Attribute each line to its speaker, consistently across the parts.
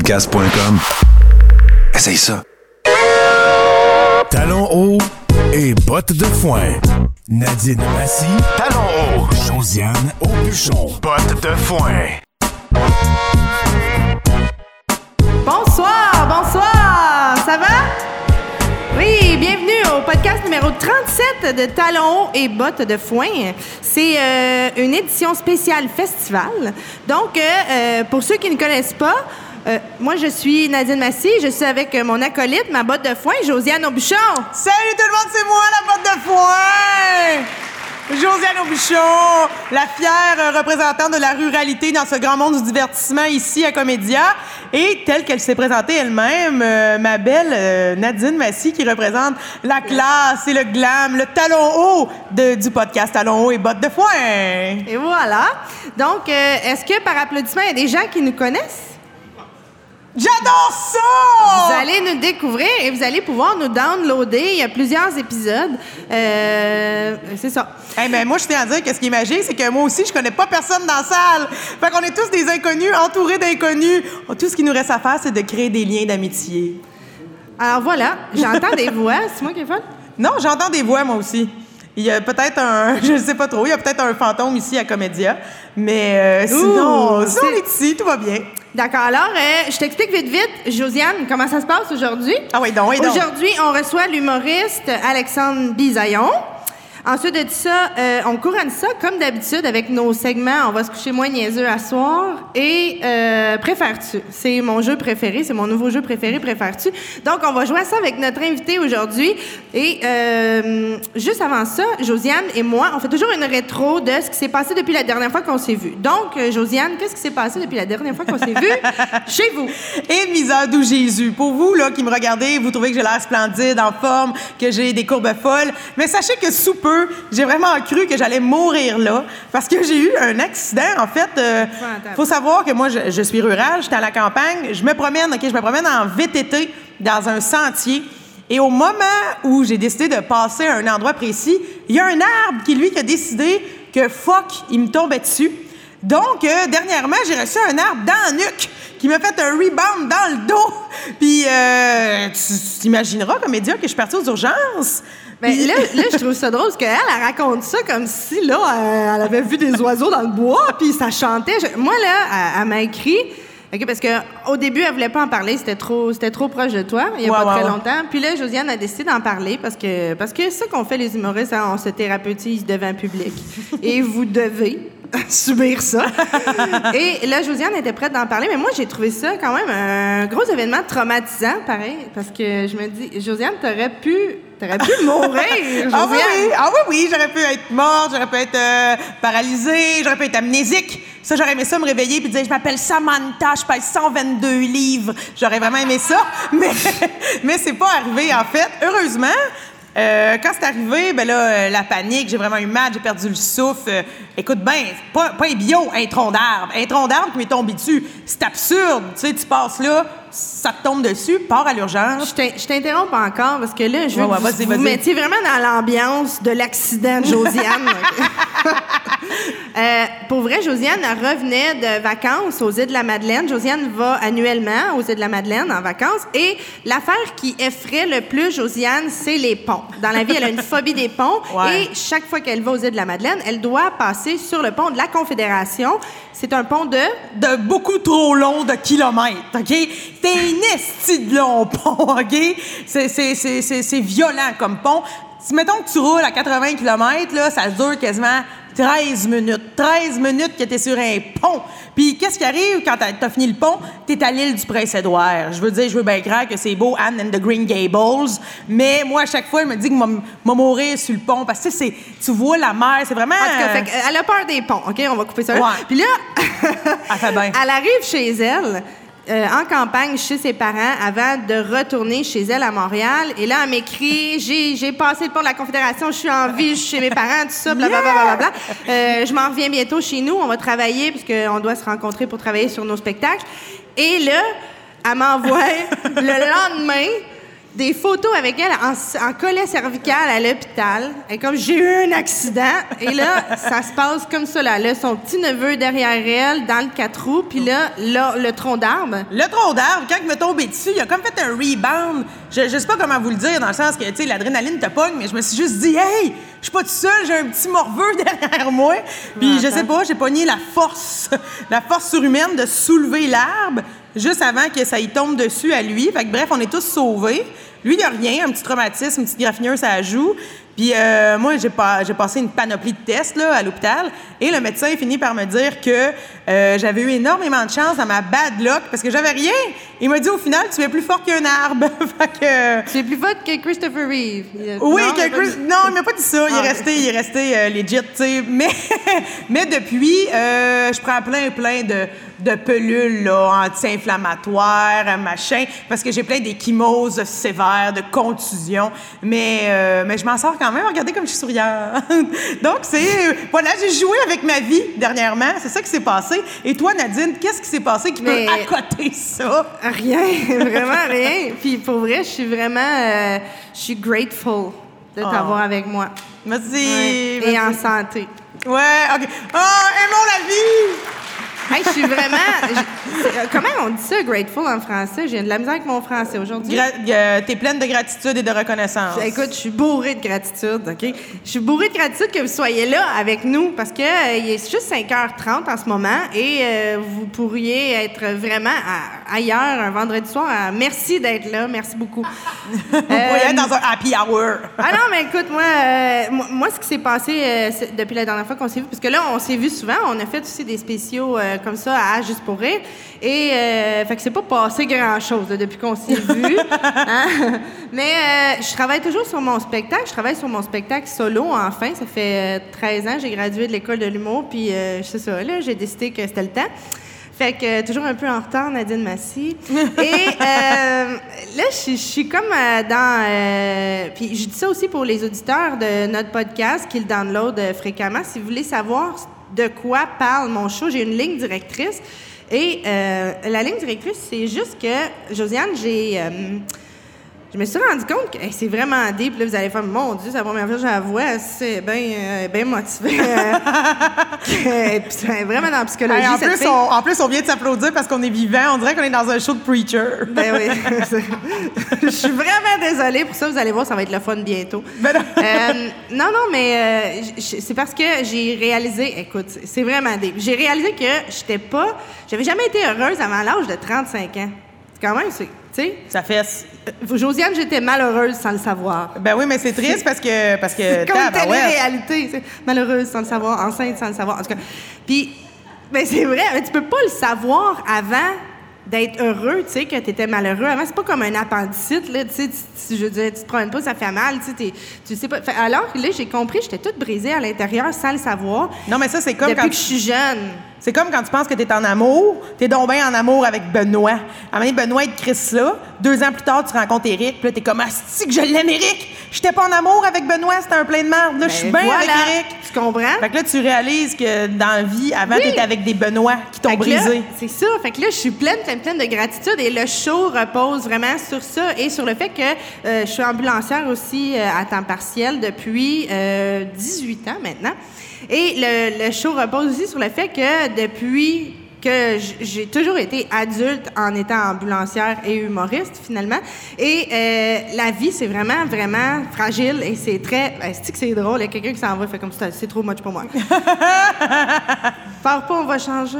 Speaker 1: Podcast.com. Essaye ça.
Speaker 2: Talons hauts et bottes de foin. Nadine Massy. Talons hauts. Josiane Aubuchon. Bottes de foin.
Speaker 3: Bonsoir, bonsoir, ça va? Oui, bienvenue au podcast numéro 37 de Talons hauts et bottes de foin. C'est euh, une édition spéciale festival. Donc, euh, euh, pour ceux qui ne connaissent pas, euh, moi, je suis Nadine Massy. Je suis avec euh, mon acolyte, ma botte de foin, Josiane Aubuchon.
Speaker 4: Salut tout le monde, c'est moi la botte de foin! Josiane Aubuchon, la fière euh, représentante de la ruralité dans ce grand monde du divertissement ici à Comédia. Et telle qu'elle s'est présentée elle-même, euh, ma belle euh, Nadine Massy qui représente la classe et le glam, le talon haut de- du podcast Talon haut et botte de foin.
Speaker 3: Et voilà. Donc, euh, est-ce que par applaudissement, il y a des gens qui nous connaissent?
Speaker 4: J'adore
Speaker 3: Vous
Speaker 4: ça!
Speaker 3: allez nous découvrir et vous allez pouvoir nous downloader. Il y a plusieurs épisodes. Euh, c'est ça.
Speaker 4: Eh ben, moi, je tiens à dire que ce qui est magique, c'est que moi aussi, je connais pas personne dans la salle. Fait qu'on est tous des inconnus, entourés d'inconnus. Oh, Tout ce qui nous reste à faire, c'est de créer des liens d'amitié.
Speaker 3: Alors voilà, j'entends des voix. C'est moi qui ai folle?
Speaker 4: Non, j'entends des voix, moi aussi. Il y a peut-être un, je sais pas trop, il y a peut-être un fantôme ici à Comédia. Mais euh, sinon,
Speaker 3: Ouh,
Speaker 4: si on est ici, tout va bien.
Speaker 3: D'accord, alors euh, je t'explique vite vite, Josiane, comment ça se passe aujourd'hui.
Speaker 4: Ah oui, donc, oui, donc.
Speaker 3: Aujourd'hui, on reçoit l'humoriste Alexandre Bisaillon. Ensuite de ça, euh, on couronne ça comme d'habitude avec nos segments. On va se coucher moins niaiseux à soir et euh, préfères-tu. C'est mon jeu préféré, c'est mon nouveau jeu préféré, préfères-tu. Donc, on va jouer à ça avec notre invité aujourd'hui. Et euh, juste avant ça, Josiane et moi, on fait toujours une rétro de ce qui s'est passé depuis la dernière fois qu'on s'est vu. Donc, euh, Josiane, qu'est-ce qui s'est passé depuis la dernière fois qu'on s'est vu chez vous?
Speaker 4: Et misère d'où Jésus. Pour vous, là, qui me regardez, vous trouvez que j'ai l'air splendide, en forme, que j'ai des courbes folles. Mais sachez que sous peu, j'ai vraiment cru que j'allais mourir là. Parce que j'ai eu un accident, en fait. Euh,
Speaker 3: Épouvantable.
Speaker 4: faut savoir que moi, je, je suis rurale, j'étais à la campagne. Je me promène, OK, je me promène en VTT dans un sentier. Et au moment où j'ai décidé de passer à un endroit précis, il y a un arbre qui, lui, qui a décidé que fuck, il me tombait dessus. Donc, euh, dernièrement, j'ai reçu un arbre dans la nuque qui m'a fait un rebound dans le dos. Puis, euh, tu tu t'imagineras, comédia, que je suis partie aux urgences.
Speaker 3: Ben,
Speaker 4: Puis-
Speaker 3: là, là, je trouve ça drôle parce qu'elle, elle raconte ça comme si, là, euh, elle avait vu des oiseaux dans le bois, puis ça chantait. Je- moi, là, elle, elle m'a écrit. OK, parce qu'au début, elle voulait pas en parler, c'était trop, c'était trop proche de toi, il y a
Speaker 4: Ouais,
Speaker 3: pas
Speaker 4: ouais,
Speaker 3: très
Speaker 4: ouais.
Speaker 3: longtemps. Puis là, Josiane a décidé d'en parler parce que parce que c'est ça qu'on fait les humoristes, hein, on se théraputise devant le public. Et vous devez subir ça. Et là, Josiane était prête d'en parler, mais moi, j'ai trouvé ça quand même un gros événement traumatisant, pareil, parce que je me dis, Josiane, t'aurais pu, t'aurais pu mourir,
Speaker 4: Ah oui,
Speaker 3: Josiane.
Speaker 4: oui, ah oui, oui, j'aurais pu être morte, j'aurais pu être euh, paralysée, j'aurais pu être amnésique. Ça, j'aurais aimé ça me réveiller puis dire je m'appelle Samantha, je pèse 122 livres. J'aurais vraiment aimé ça, mais mais c'est pas arrivé en fait. Heureusement, euh, quand c'est arrivé, ben là, euh, la panique, j'ai vraiment eu mal, j'ai perdu le souffle. Euh, écoute ben, pas, pas un bio, un tronc d'arbre, un tronc d'arbre qui m'est tombé dessus. C'est absurde, tu sais, tu passes là, ça te tombe dessus, pars à l'urgence.
Speaker 3: Je t'in- je t'interromps encore parce que là, je veux
Speaker 4: Ouais, ouais,
Speaker 3: que
Speaker 4: vas-y,
Speaker 3: vous, vous
Speaker 4: vas-y.
Speaker 3: mettiez vraiment dans l'ambiance de l'accident de Josiane. Euh, pour vrai, Josiane elle revenait de vacances aux îles de la Madeleine. Josiane va annuellement aux îles de la Madeleine en vacances. Et l'affaire qui effraie le plus Josiane, c'est les ponts. Dans la vie, elle a une phobie des ponts.
Speaker 4: Ouais.
Speaker 3: Et chaque fois qu'elle va aux îles de la Madeleine, elle doit passer sur le pont de la Confédération. C'est un pont de
Speaker 4: de beaucoup trop long de kilomètres, OK? C'est un esti de long pont, OK? C'est, c'est, c'est, c'est, c'est violent comme pont. Si, mettons que tu roules à 80 km, là, ça dure quasiment 13 minutes. 13 minutes que t'es sur un pont. Puis qu'est-ce qui arrive quand t'as, t'as fini le pont? T'es à l'île du Prince-Édouard. Je veux dire, je veux bien croire que c'est beau, Anne and the Green Gables, mais moi, à chaque fois, je me dis que je mourir sur le pont parce que tu sais, c'est, tu vois la mer, c'est vraiment...
Speaker 3: En tout cas, fait que, euh, elle a peur des ponts, OK? On va couper ça. là.
Speaker 4: Ouais.
Speaker 3: Puis là,
Speaker 4: Elle fait bien.
Speaker 3: elle arrive chez elle, euh, en campagne, chez ses parents, avant de retourner chez elle à Montréal. Et là, elle m'écrit J'ai j'ai passé le pont de la Confédération, je suis en vie, je suis chez mes parents, tout ça, blablabla. blablabla. Euh, je m'en reviens bientôt chez nous, on va travailler, puisqu'on doit se rencontrer pour travailler sur nos spectacles. Et là, elle m'envoie le lendemain des photos avec elle en, en collet cervical à l'hôpital. Et comme j'ai eu un accident, et là, ça se passe comme ça. Là. Elle a son petit neveu derrière elle, dans le quatre roues, puis là, là, le tronc d'arbre.
Speaker 4: Le tronc d'arbre, quand il me tombé dessus, il a comme fait un rebound. Je, je sais pas comment vous le dire, dans le sens que, tu sais, l'adrénaline te pogne, mais je me suis juste dit, hey, je suis pas tout seul, j'ai un petit morveux derrière moi. Puis je sais pas, j'ai pogné la force, la force surhumaine de soulever l'arbre juste avant que ça y tombe dessus à lui. Fait que bref, on est tous sauvés. Lui, il a rien, un petit traumatisme, une petite graffineuse ça joue. Puis euh, moi, j'ai, pas, j'ai passé une panoplie de tests là, à l'hôpital et le médecin finit par me dire que euh, j'avais eu énormément de chance dans ma bad luck parce que j'avais rien. Il m'a dit au final, tu es plus fort qu'un arbre. fait que...
Speaker 3: C'est plus fort que Christopher Reeve. Il a-
Speaker 4: Oui,
Speaker 3: Non,
Speaker 4: que
Speaker 3: il a pas
Speaker 4: Chris-
Speaker 3: dit-
Speaker 4: Non, il m'a pas dit ça. Il est resté, il est resté euh, legit, tu sais. Mais, mais depuis, euh, je prends plein, plein de, de pelules là, anti-inflammatoires, euh, machin, parce que j'ai plein d'échymoses sévères, de contusions. Mais, euh, mais je m'en sors quand même. Regardez comme je suis souriante. Donc, c'est. Voilà, j'ai joué avec ma vie dernièrement. C'est ça qui s'est passé. Et toi, Nadine, qu'est-ce qui s'est passé qui
Speaker 3: Mais-
Speaker 4: peut accoter ça?
Speaker 3: Rien, vraiment rien. Puis pour vrai, je suis vraiment, euh, je suis grateful de
Speaker 4: Ah.
Speaker 3: t'avoir avec moi.
Speaker 4: Merci.
Speaker 3: Ouais.
Speaker 4: merci.
Speaker 3: Et en santé.
Speaker 4: Ouais, OK. Ah, aimons la vie!
Speaker 3: Hey, je suis vraiment. je- c'est- euh, Comment on dit ça, grateful en français? J'ai de la misère avec mon français aujourd'hui.
Speaker 4: Gra- euh, T'es pleine de gratitude et de reconnaissance.
Speaker 3: Écoute, je suis bourrée de gratitude, OK? Je suis bourrée de gratitude que vous soyez là avec nous parce que euh, il est juste 5h30 en ce moment et euh, vous pourriez être vraiment à- ailleurs un vendredi soir. Ah, merci d'être là. Merci beaucoup. Euh,
Speaker 4: Vous pourriez être dans un happy hour.
Speaker 3: Ah non, mais écoute, moi, euh, moi, moi, ce qui s'est passé euh, c'est- depuis la dernière fois qu'on s'est vu, parce que là, on s'est vu souvent, on a fait aussi des spéciaux euh, comme ça à Juste pour rire, et euh, fait que c'est pas passé grand-chose là, depuis qu'on s'est vu. hein. Mais euh, je travaille toujours sur mon spectacle, je travaille sur mon spectacle solo, enfin, ça fait euh, 13 ans, j'ai gradué de l'école de l'humour, puis euh, c'est ça, là, j'ai décidé que c'était le temps. Fait que euh, toujours un peu en retard, Nadine Massy. Et euh, là, je suis- je suis comme euh, dans. euh, puis je dis ça aussi pour les auditeurs de notre podcast qui le download euh, fréquemment. Si vous voulez savoir de quoi parle mon show, j'ai une ligne directrice. Et euh, la ligne directrice, c'est juste que, Josiane, j'ai. euh, je me suis rendu compte que hey, c'est vraiment deep. Là, vous allez faire, mon Dieu, c'est la première fois que je la vois. C'est bien euh, bien motivé. euh, c'est vraiment dans la psychologie.
Speaker 4: Hey, en,
Speaker 3: cette
Speaker 4: plus,
Speaker 3: fille.
Speaker 4: on, en plus, on vient de s'applaudir parce qu'on est vivant. On dirait qu'on est dans un show de preacher.
Speaker 3: Ben oui. Je suis vraiment désolée pour ça. Vous allez voir, ça va être le fun bientôt.
Speaker 4: Ben non.
Speaker 3: Euh, non, non, mais euh, j- j- c'est parce que j'ai réalisé, écoute, c'est- c'est vraiment des. J'ai réalisé que j'étais pas. J'avais jamais été heureuse avant l'âge de 35 ans. C'est Quand même, c'est. Tu sais,
Speaker 4: Ça fesse.
Speaker 3: euh, Josiane, j'étais malheureuse sans le savoir.
Speaker 4: Ben oui, mais c'est triste parce que. Parce que
Speaker 3: C'est comme une
Speaker 4: Euh, tabarouette.
Speaker 3: télé-réalité. tu sais. Malheureuse sans le savoir, enceinte sans le savoir. En tout cas, puis, ben c'est vrai, mais tu peux pas le savoir avant d'être heureux, tu sais, que t'étais malheureux. Avant, c'est pas comme un appendicite, là, tu sais, tu- tu- je veux dire, tu te promènes pas, ça fait mal, tu sais, t'es- tu sais pas. Fait- alors que là, j'ai compris, j'étais toute brisée à l'intérieur sans le savoir.
Speaker 4: Non, mais ça, c'est comme
Speaker 3: depuis
Speaker 4: quand
Speaker 3: que je
Speaker 4: tu-
Speaker 3: suis jeune.
Speaker 4: C'est comme quand tu penses que t'es en amour, t'es donc bien en amour avec Benoît. À un moment donné, Benoît et Chris là, deux ans plus tard, tu rencontres Eric, puis là, t'es comme Asti que je l'aime, Eric! J'étais pas en amour avec Benoît, c'était un plein de merde. Là, je suis
Speaker 3: Ben,
Speaker 4: bien avec
Speaker 3: voilà.
Speaker 4: Eric.
Speaker 3: Tu comprends?
Speaker 4: Fait que là, tu réalises que dans la vie, avant,
Speaker 3: Ah. Oui.
Speaker 4: t'étais avec des Benoît qui t'ont
Speaker 3: Fait que là,
Speaker 4: brisé.
Speaker 3: C'est ça. Fait que là, je suis pleine, pleine, pleine de gratitude et le show repose vraiment sur ça et sur le fait que euh, je suis ambulancière aussi euh, à temps partiel depuis euh, 18 ans maintenant. Et le, le show repose aussi sur le fait que depuis que j- j'ai toujours été adulte en étant ambulancière et humoriste finalement. Et euh, la vie, c'est vraiment, vraiment fragile et c'est très... Ben, cest que c'est drôle? Il y a quelqu'un qui s'en va, fait comme ça, c'est trop much pour moi. Pars pas, on va changer.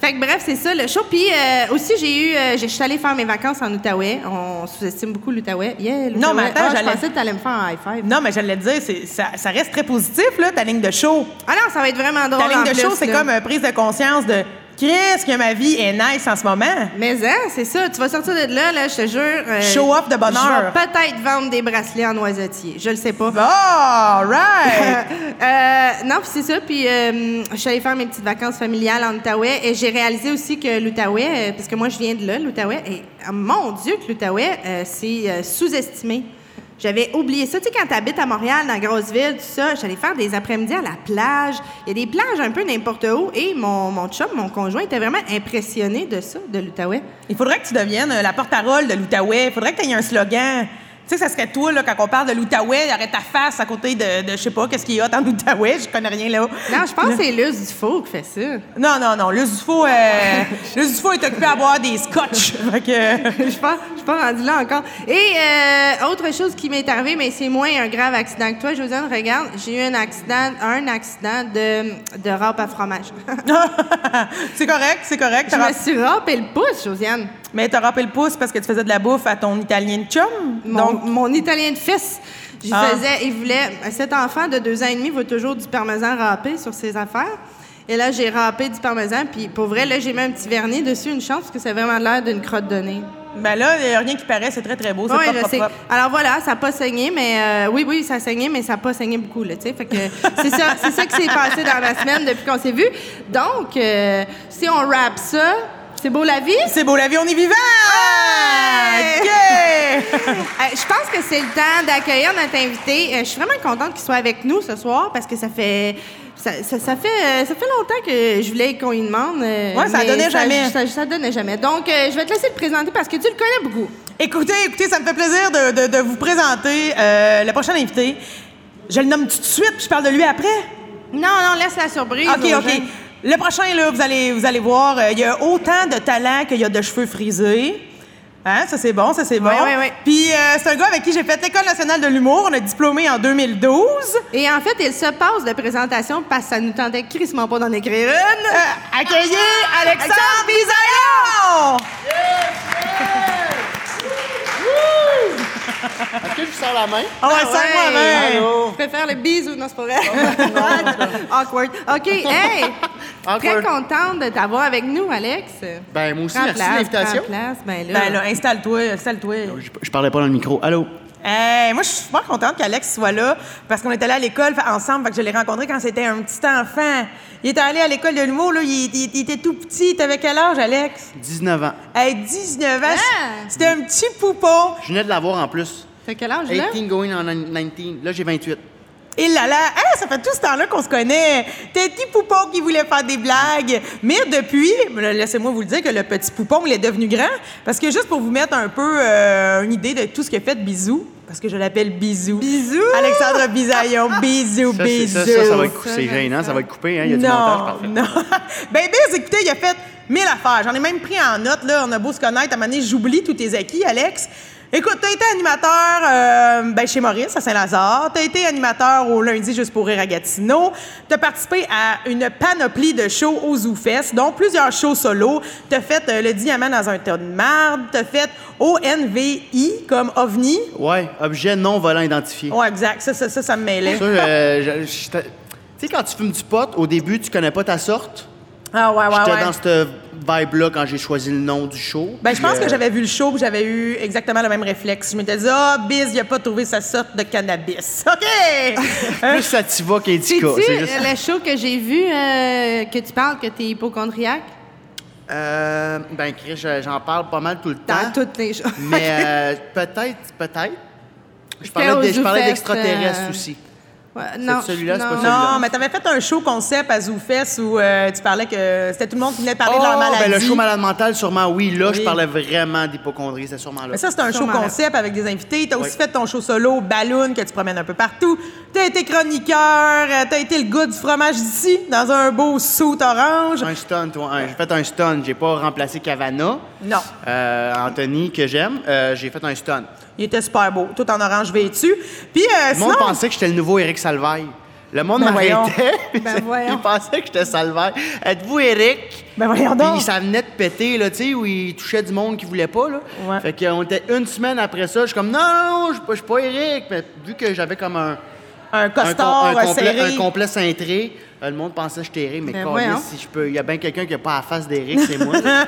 Speaker 3: Fait que bref, c'est ça le show. Puis euh, aussi, j'ai eu, euh, je suis allée faire mes vacances en Outaouais. On sous-estime beaucoup l'Outaouais. Yeah, l'Outaouais.
Speaker 4: Non, mais attends,
Speaker 3: Ah, je
Speaker 4: j'allais-
Speaker 3: pensais que t'allais me faire un high five.
Speaker 4: Non, mais j'allais te dire, c'est- ça, ça reste très positif, là, ta ligne de show.
Speaker 3: Ah non, ça va être vraiment drôle.
Speaker 4: Ta
Speaker 3: en
Speaker 4: ligne de
Speaker 3: plus,
Speaker 4: show, c'est
Speaker 3: là.
Speaker 4: comme euh, une prise de conscience de Chris, que ma vie est nice en ce moment.
Speaker 3: Mais hein, c'est ça. Tu vas sortir de là, là, je te jure. euh,
Speaker 4: Show off de bonheur.
Speaker 3: Je vais peut-être vendre des bracelets en noisetier. Je le sais pas.
Speaker 4: All right!
Speaker 3: Euh, non, puis c'est ça. Puis euh, je suis allée faire mes petites vacances familiales en Outaouais et j'ai réalisé aussi que l'Outaouais, euh, parce oh que moi je viens de là, l'Outaouais, et ah, mon Dieu que l'Outaouais, euh, c'est euh, sous-estimé. J'avais oublié ça. Tu sais, quand t'habites à Montréal, dans la grosse ville, tout ça, j'allais faire des après-midi à la plage. Il y a des plages un peu n'importe où. Et mon, mon chum, mon conjoint, était vraiment impressionné de ça, de l'Outaouais.
Speaker 4: Il faudrait que tu deviennes euh, la porte-parole de l'Outaouais. Il faudrait que tu aies un slogan. Tu sais, ça serait toi, là, quand on parle de l'Outaouais, il y aurait ta face à côté de, de je sais pas, qu'est-ce qu'il y a dans l'Outaouais, je connais rien là-haut.
Speaker 3: Non, je pense que c'est Luce Dufault qui fait ça.
Speaker 4: Non, non, non. Luce Dufault, euh, Luce Dufault est occupé à boire des scotch. Fait que-
Speaker 3: Je suis pas, je suis pas rendue là encore. Et euh, autre chose qui m'est arrivée, mais c'est moins un grave accident que toi, Josiane, regarde, j'ai eu un accident, un accident de, de râpe à fromage.
Speaker 4: c'est correct, c'est correct.
Speaker 3: je
Speaker 4: T'as
Speaker 3: me
Speaker 4: rap-
Speaker 3: suis râpée le pouce, Josiane.
Speaker 4: Mais t'as rappelé le pouce parce que tu faisais de la bouffe à ton italien de chum.
Speaker 3: Mon,
Speaker 4: Donc,
Speaker 3: mon italien de fils, je
Speaker 4: Ah.
Speaker 3: faisais, il voulait, cet enfant de deux ans et demi veut toujours du parmesan râpé sur ses affaires. Et là, j'ai râpé du parmesan, puis pour vrai, là, j'ai mis un petit vernis dessus, une chance, parce que ça a vraiment l'air d'une crotte de nez.
Speaker 4: ben là, il y a rien qui paraît, c'est très, très beau. C'est
Speaker 3: Oui,
Speaker 4: propre,
Speaker 3: je
Speaker 4: propre,
Speaker 3: sais.
Speaker 4: propre.
Speaker 3: Alors voilà, ça n'a pas saigné, mais euh, oui, oui, ça a saigné, mais ça n'a pas saigné beaucoup, là, tu sais. Fait que c'est ça, c'est ça qui s'est passé dans ma semaine depuis qu'on s'est vu. Donc, euh, si on rappe ça, c'est beau la vie. Euh,
Speaker 4: C'est beau la vie, on est vivant! OK!
Speaker 3: Euh, je pense que c'est le temps d'accueillir notre invité. Euh, je suis vraiment contente qu'il soit avec nous ce soir parce que ça fait. Ça, ça- ça fait, euh, ça fait longtemps que je voulais qu'on lui demande. euh,
Speaker 4: Ouais, ça
Speaker 3: mais
Speaker 4: donnait jamais.
Speaker 3: Ça, ça donnait jamais. Donc, euh, je vais te laisser le présenter parce que tu le connais beaucoup.
Speaker 4: écoutez, écoutez, ça me fait plaisir de, de- de vous présenter euh, le prochain invité. Je le nomme tout de suite, puis je parle de lui après.
Speaker 3: Non, non, laisse la surprise.
Speaker 4: OK,
Speaker 3: aux
Speaker 4: OK.
Speaker 3: gens.
Speaker 4: Le prochain, là, vous allez, vous allez voir, euh, il y a autant de talent qu'il y a de cheveux frisés. Hein, ça c'est bon, ça c'est bon.
Speaker 3: Ouais, ouais, ouais.
Speaker 4: Puis euh, c'est un gars avec qui j'ai fait l'École nationale de l'humour. On a diplômé en 2012.
Speaker 3: Et en fait, il se passe de présentation parce que ça nous tentait crissement pas d'en écrire une. Ah!
Speaker 4: Euh, accueillez Alexandre Bisaillon!
Speaker 5: Est-ce que je vous sors la main?
Speaker 4: On va
Speaker 3: Ah
Speaker 4: se faire
Speaker 3: ouais.
Speaker 4: voir, hein.
Speaker 5: Allô?
Speaker 3: Je préfère le bisou, non, c'est pas vrai. Awkward. OK, hey! Très
Speaker 5: Awkward.
Speaker 3: contente de t'avoir avec nous, Alex.
Speaker 5: Ben, moi aussi,
Speaker 3: Prends
Speaker 5: merci de
Speaker 3: place,
Speaker 5: l'invitation.
Speaker 3: prends place, ben là.
Speaker 4: Ben là, installe-toi, installe-toi.
Speaker 5: Je, je parlais pas dans le micro. Allô?
Speaker 4: Hey, moi, je suis super contente qu'Alex soit là parce qu'on est allé à l'école fait, ensemble. Fait que je l'ai rencontré quand c'était un petit enfant. Il était allé à l'école de l'humour, là. Il, il- il était tout petit. T'avais quel âge, Alex?
Speaker 5: 19 ans.
Speaker 4: Hey, 19 ans.
Speaker 3: Ah!
Speaker 4: C'était un petit poupon.
Speaker 5: Je venais de l'avoir en plus.
Speaker 3: T'as quel âge, là?
Speaker 5: 18 going on 19. Là, j'ai 28.
Speaker 4: Il là là. Hey, ça fait tout ce temps-là qu'on se connaît. T'es un petit poupon qui voulait faire des blagues. Mais depuis, laissez-moi vous le dire que le petit poupon, il est devenu grand. Parce que juste pour vous mettre un peu euh, une idée de tout ce que fait Bisou, parce que je l'appelle Bisou. Bisou! Alexandre Bisaillon. Bisou,
Speaker 5: Ça, c'est-
Speaker 4: Bisou.
Speaker 5: ça, ça, ça va être cou-
Speaker 3: Ça,
Speaker 5: c'est
Speaker 3: j'aime
Speaker 5: gênant,
Speaker 3: ça.
Speaker 5: ça va être coupé. Hein? Il y a du
Speaker 4: non,
Speaker 5: montage parfait.
Speaker 4: Non, Ben, Biz, écoutez, il a fait mille affaires. J'en ai même pris en note, là. On a beau se connaître. À un moment donné, j'oublie tous tes acquis, Alex. Écoute, t'as été animateur euh, ben, chez Maurice à Saint-Lazare. T'as été animateur au lundi juste pour rire à Gatineau. T'as participé à une panoplie de shows aux ZooFest, dont plusieurs shows solo. T'as fait euh, le diamant dans un tas de marde. T'as fait ONVI comme OVNI.
Speaker 5: Ouais, objet non volant identifié.
Speaker 4: Ouais, exact. Ça, ça, ça, ça me mêlait.
Speaker 5: Ça, euh, je- je- j'étais- tu sais, quand tu fumes du pot, au début, tu connais pas ta sorte.
Speaker 4: Ah, ouais, ouais,
Speaker 5: J'étais
Speaker 4: ouais.
Speaker 5: dans cette vibe-là quand j'ai choisi le nom du show.
Speaker 4: Ben, je
Speaker 5: Puis,
Speaker 4: pense que
Speaker 5: euh,
Speaker 4: j'avais vu le show, puis j'avais eu exactement le même réflexe. Je m'étais dit, ah, Biz, il a pas trouvé sa sorte de cannabis. OK! Euh,
Speaker 5: Plus Sativa qu'Indica.
Speaker 3: C'est-tu
Speaker 5: C'est juste.
Speaker 3: le show que j'ai vu euh, que tu parles que t'es hypochondriaque?
Speaker 5: Euh, ben, Chris, je- j'en parle pas mal tout le temps.
Speaker 3: Dans toutes les choses.
Speaker 5: Mais euh, peut-être, peut-être. Je
Speaker 3: C'était
Speaker 5: parlais,
Speaker 3: au
Speaker 5: de- je parlais
Speaker 3: Zoufest,
Speaker 5: d'extraterrestres
Speaker 3: euh,
Speaker 5: aussi.
Speaker 3: Ouais, non,
Speaker 5: celui-là, c'est
Speaker 3: non.
Speaker 5: pas celui-là.
Speaker 4: non, mais t'avais fait un show concept à ZooFest où euh, tu parlais que c'était tout le monde qui venait parler de leur
Speaker 5: Oh,
Speaker 4: maladie.
Speaker 5: ben, le show malade mental, sûrement, oui. Là, je
Speaker 4: Oui.
Speaker 5: parlais vraiment d'hypocondrie, c'est sûrement là.
Speaker 4: Mais ça, c'est un show
Speaker 3: Sûrement.
Speaker 4: concept avec des invités. T'as aussi
Speaker 5: Oui.
Speaker 4: fait ton show solo, Balloon, que tu promènes un peu partout. T'as été chroniqueur, euh, t'as été le gars du fromage d'ici, dans un beau suit orange.
Speaker 5: un stun, toi. un- J'ai fait un stun. J'ai pas remplacé Cavana.
Speaker 4: Non.
Speaker 5: Euh, Anthony, que j'aime. Euh, j'ai fait un stun.
Speaker 4: Il était super beau, tout en orange vêtu. Puis, euh,
Speaker 5: Le monde
Speaker 4: sinon,
Speaker 5: pensait que j'étais le nouveau Eric Salvaille. Le monde
Speaker 4: Ben
Speaker 5: m'arrêtait.
Speaker 3: Ben voyons.
Speaker 5: Ils pensaient que j'étais Salvaille. Êtes-vous Eric?
Speaker 4: Ben voyons donc.
Speaker 5: Ah, Puis ça venait de péter, là, tu sais, où il touchait du monde qui voulait pas, là.
Speaker 4: Ouais.
Speaker 5: Fait qu'on était une semaine après ça, je suis comme, non, non, non, je suis pas- je suis pas Eric. Mais vu que j'avais comme un.
Speaker 4: un
Speaker 5: un, com-
Speaker 4: costard euh,
Speaker 5: un complet,
Speaker 4: serré.
Speaker 5: un complet cintré. Euh, Le monde pensait que j'étais Eric, mais
Speaker 3: Ben
Speaker 5: câlisse,
Speaker 3: voyons.
Speaker 5: si je peux. Il y a bien quelqu'un qui n'a pas la face d'Eric, c'est moi. Ben, là.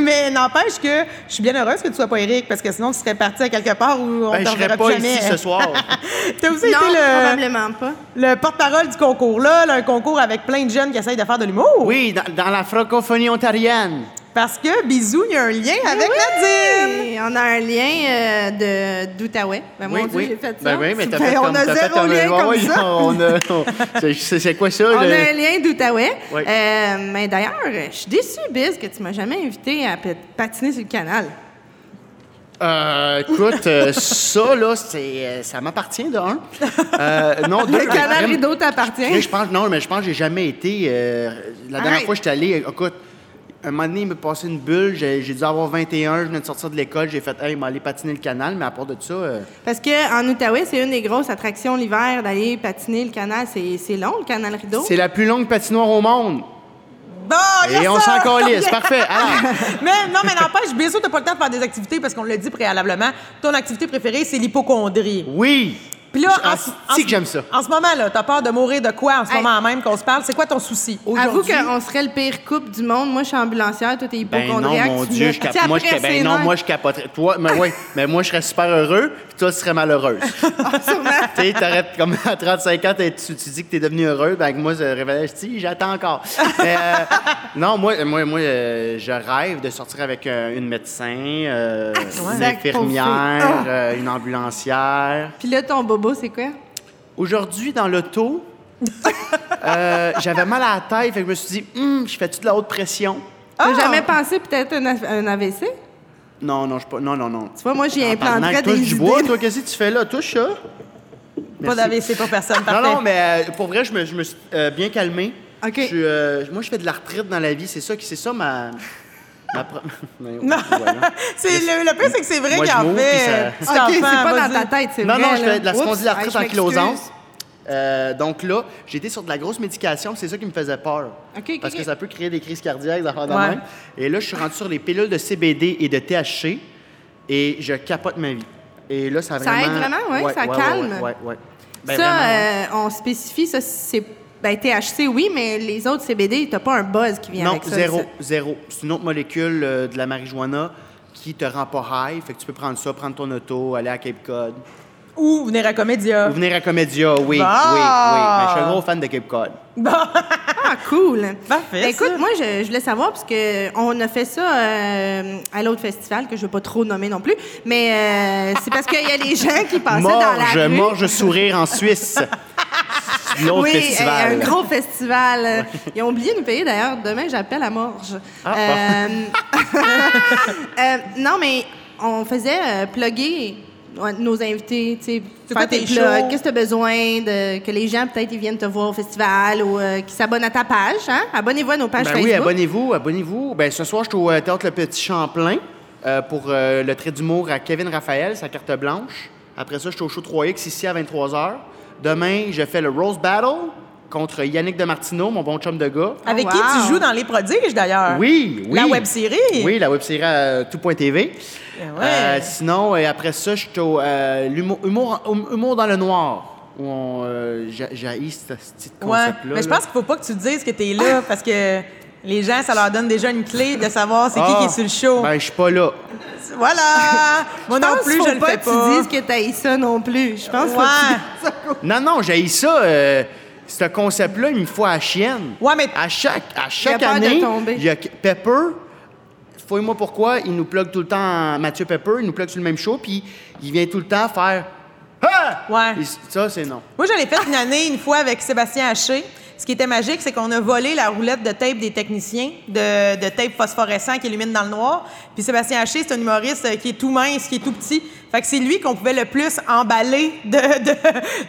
Speaker 4: Mais n'empêche que je suis bien heureuse que tu sois pas Eric, parce que sinon tu serais parti à quelque part où on ne
Speaker 5: Ben, je
Speaker 4: te
Speaker 5: serais
Speaker 4: reverra
Speaker 5: pas
Speaker 4: plus jamais.
Speaker 5: ici ce soir.
Speaker 4: T'as aussi
Speaker 3: Non,
Speaker 4: été le,
Speaker 3: probablement pas.
Speaker 4: le porte-parole du concours là, là, un concours avec plein de jeunes qui essayent de faire de l'humour.
Speaker 5: Oui, dans, dans la francophonie ontarienne.
Speaker 4: Parce que, bisous, il y a un lien avec Nadine.
Speaker 3: Et on a un lien euh, de- d'Outaouais.
Speaker 4: Ah,
Speaker 3: Ben, mon Dieu, j'ai fait ça.
Speaker 5: Ben oui, mais t'as
Speaker 4: Ben,
Speaker 5: fait
Speaker 4: on
Speaker 5: comme,
Speaker 4: a
Speaker 5: t'as
Speaker 4: zéro
Speaker 5: fait un-
Speaker 4: lien
Speaker 5: ouais,
Speaker 4: comme
Speaker 5: ouais,
Speaker 4: ça.
Speaker 5: on a- on- c'est- c'est c'est quoi ça?
Speaker 3: On
Speaker 5: le-
Speaker 3: a un lien d'Outaouais.
Speaker 5: Oui.
Speaker 3: Euh, mais d'ailleurs, je suis déçue, Biz, que tu m'as jamais invité à pa- patiner sur le canal.
Speaker 5: Euh, écoute, euh, ça, là, c'est, euh, ça m'appartient de un. Euh, non, deux,
Speaker 3: Le
Speaker 5: mais
Speaker 3: canal
Speaker 5: vraiment-
Speaker 3: rideau
Speaker 5: Mais
Speaker 3: t'appartient.
Speaker 5: je pense, non, mais je pense que j'ai jamais été. euh, la dernière
Speaker 3: Arrête.
Speaker 5: fois que j'étais allé, euh, écoute, un moment donné, il me passé une bulle, j'ai, j'ai dû avoir 21, je venais de sortir de l'école, j'ai fait, hey, il m'a allé patiner le canal, mais à part de ça. euh,
Speaker 3: Parce qu'en Outaouais, c'est une des grosses attractions l'hiver d'aller patiner le canal. C'est c'est long, le canal
Speaker 4: Oh!
Speaker 3: rideau.
Speaker 5: c'est la plus longue patinoire au monde.
Speaker 4: Bon, il y a
Speaker 5: Et on
Speaker 4: Ah, ça.
Speaker 5: s'en calisse. Parfait. Alors,
Speaker 4: mais non, mais n'empêche, bien sûr, t'as pas le temps de faire des activités parce qu'on l'a dit préalablement. Ton activité préférée, c'est l'hypochondrie.
Speaker 5: oui.
Speaker 4: Puis là,
Speaker 5: Ah,
Speaker 4: en ce- en
Speaker 5: si
Speaker 4: ce-
Speaker 5: que j'aime ça.
Speaker 4: En ce moment, là, t'as peur de mourir de quoi en ce
Speaker 3: Hey.
Speaker 4: moment même qu'on se parle? C'est quoi ton souci
Speaker 3: Avoue
Speaker 4: aujourd'hui?
Speaker 3: qu'on serait le pire couple du monde. Moi, je suis ambulancière, toi, t'es
Speaker 5: Ben non,
Speaker 3: hypochondriaque.
Speaker 5: mon
Speaker 3: tu
Speaker 5: Dieu,
Speaker 3: me-
Speaker 5: je cap-
Speaker 3: Tu sais,
Speaker 5: moi, je,
Speaker 3: après,
Speaker 5: ben
Speaker 3: c'est
Speaker 5: non,
Speaker 3: nerf.
Speaker 5: moi, je capoterais. Toi, mais, ouais, mais moi, je serais super heureux, puis toi, tu serais malheureuse.
Speaker 3: Ah,
Speaker 5: tu sais, t'arrêtes comme à 35 ans, t'es- tu, tu dis que t'es devenu heureux, ben que moi, je réveillais, je dis, j'attends encore. Mais, euh, non, moi, moi, moi euh, je rêve de sortir avec euh, une médecin, euh,
Speaker 3: Ah,
Speaker 5: une
Speaker 3: sac
Speaker 5: infirmière,
Speaker 3: Ah.
Speaker 5: euh, une ambulancière.
Speaker 3: Puis là, ton bobo, c'est quoi?
Speaker 5: Aujourd'hui, dans l'auto, euh, j'avais mal à la tête, fait que je me suis dit, Hum, je fais-tu de la haute pression?
Speaker 3: T'as
Speaker 4: Ah!
Speaker 3: jamais pensé peut-être un, A- un AVC? Tu
Speaker 5: Non, non, je suis pas- non, non, non.
Speaker 3: vois, moi, j'y implanterais
Speaker 5: Ah, Tabarnak,
Speaker 3: des
Speaker 5: touche du bois,
Speaker 3: idées.
Speaker 5: toi, qu'est-ce que tu fais là? Touche ça.
Speaker 4: Pas
Speaker 5: Merci.
Speaker 4: d'AVC, pas personne,
Speaker 5: Non,
Speaker 4: parfait.
Speaker 5: non, mais euh, pour vrai, je me, je me suis euh, bien calmé.
Speaker 3: OK.
Speaker 5: Je suis, euh, moi, je fais de la retraite dans la vie. C'est ça, qui, c'est ça ma... ma pro- Mais,
Speaker 4: Non.
Speaker 5: voilà.
Speaker 4: c'est le, le pire, c'est que c'est vrai
Speaker 5: Moi,
Speaker 4: qu'il
Speaker 5: je
Speaker 4: en
Speaker 5: m'ouvre, puis ça-
Speaker 4: fait. euh,
Speaker 3: OK, c'est pas dans ta tête, c'est
Speaker 5: Non,
Speaker 3: vrai.
Speaker 5: non, je fais
Speaker 3: là.
Speaker 5: de la
Speaker 3: Oups,
Speaker 5: spondylarthrite
Speaker 3: hey, je m'excuse.
Speaker 5: ankylosante. Euh, donc là, j'étais sur de la grosse médication, c'est ça qui me faisait peur.
Speaker 3: OK, OK,
Speaker 5: parce que
Speaker 3: OK.
Speaker 5: ça peut créer des crises cardiaques, des affaires de
Speaker 4: Ouais.
Speaker 5: même. Et là, je suis rendu sur les pilules de CBD et de THC et je capote ma vie. Et là, ça a
Speaker 3: Ça
Speaker 5: vraiment...
Speaker 3: aide vraiment, ouais, ça calme.
Speaker 5: Ouais, ouais, ouais. Ben,
Speaker 3: ça,
Speaker 5: vraiment, ouais.
Speaker 3: euh, on spécifie, ça, c'est. Ben, THC, oui, mais les autres CBD, t'as pas un buzz qui vient
Speaker 5: Non,
Speaker 3: avec ça.
Speaker 5: zéro,
Speaker 3: ça.
Speaker 5: zéro. C'est une autre molécule euh, de la marijuana qui te rend pas high. Fait que tu peux prendre ça, prendre ton auto, aller à Cape Cod.
Speaker 4: Ou venir à Comédia.
Speaker 3: Ah.
Speaker 5: Ou venir à Comédia, oui, oui, oui.
Speaker 4: Ah!
Speaker 5: Mais je suis un gros fan de Cape Cod.
Speaker 4: Bon.
Speaker 3: Ah, cool.
Speaker 4: Parfait,
Speaker 3: Ben, écoute,
Speaker 4: ça.
Speaker 3: moi, je, je voulais savoir, parce que on a fait ça euh, à l'autre festival, que je veux pas trop nommer non plus, mais euh, c'est parce qu'il y a des gens qui passaient Ah, dans la
Speaker 5: Morge,
Speaker 3: rue.
Speaker 5: morge sourire en Suisse. L'autre
Speaker 3: oui, eh,
Speaker 5: festival.
Speaker 3: un gros festival. Ils ont oublié de nous payer d'ailleurs. Demain, j'appelle à Morge.
Speaker 5: Ah,
Speaker 3: Euh, euh, non, mais on faisait euh, plugger ouais, nos invités, tu sais,
Speaker 4: C'est quoi
Speaker 3: faire
Speaker 4: tes
Speaker 3: tes
Speaker 4: shows?
Speaker 3: plugs, qu'est-ce que tu as besoin de, que les gens peut-être ils viennent te voir au festival ou euh, qu'ils s'abonnent à ta page, hein? Abonnez-vous à nos
Speaker 4: Ah,
Speaker 3: pages
Speaker 5: Ben
Speaker 3: Facebook.
Speaker 5: oui, abonnez-vous, abonnez-vous. Ben, ce soir, je suis au euh, Théâtre Le Petit Champlain euh, pour euh, le trait d'humour à Kevin Raphaël, sa carte blanche. Après ça, je suis au show 3X ici à 23h. Demain, je fais le Rose Battle contre Yannick Demartino, mon bon chum de gars.
Speaker 4: Avec
Speaker 3: Oh,
Speaker 4: qui
Speaker 3: wow.
Speaker 4: tu joues dans Les Prodiges, d'ailleurs.
Speaker 5: Oui, oui.
Speaker 4: Ah. La web-série.
Speaker 5: Oui, la web-série à euh, tout.tv.
Speaker 4: Ben ouais.
Speaker 5: Euh, sinon, et après ça, je suis au euh, l'humour, humour, hum- humour dans le noir, où on euh, j'a- j'haïs ce petit
Speaker 4: Ouais.
Speaker 5: concept-là.
Speaker 4: Mais je
Speaker 5: là.
Speaker 4: pense qu'il faut pas que tu dises que t'es là parce que les gens, ça leur donne déjà une clé de savoir c'est
Speaker 5: Ah,
Speaker 4: qui qui est sur le show.
Speaker 5: Ben, je suis pas là.
Speaker 4: Voilà! Moi
Speaker 3: Je
Speaker 4: non
Speaker 3: pense
Speaker 4: plus,
Speaker 3: faut
Speaker 4: je le
Speaker 3: pas
Speaker 4: fais
Speaker 3: que
Speaker 4: pas.
Speaker 3: tu dises que t'as ça non plus. Je pense faut que tu-
Speaker 4: Ouais.
Speaker 5: Non, non, j'ai ça. euh, ce concept-là, il me faut à la chienne.
Speaker 4: Ouais, mais-
Speaker 5: À chaque, à chaque
Speaker 3: peur de
Speaker 5: année,
Speaker 3: tomber.
Speaker 5: il y a que- Pepper. Fouille-moi pourquoi, il nous plug tout le temps, Mathieu Pepper, il nous plug sur le même show, puis il vient tout le temps faire. Ah!
Speaker 4: Ouais.
Speaker 5: Et ça, c'est non.
Speaker 4: Moi, j'en ai fait une année, une fois, avec Sébastien Haché. Ce qui était magique, c'est qu'on a volé la roulette de tape des techniciens, de, de tape phosphorescent qui illumine dans le noir. Puis Sébastien Haché, c'est un humoriste euh, qui est tout mince, qui est tout petit. Fait que c'est lui qu'on pouvait le plus emballer de, de,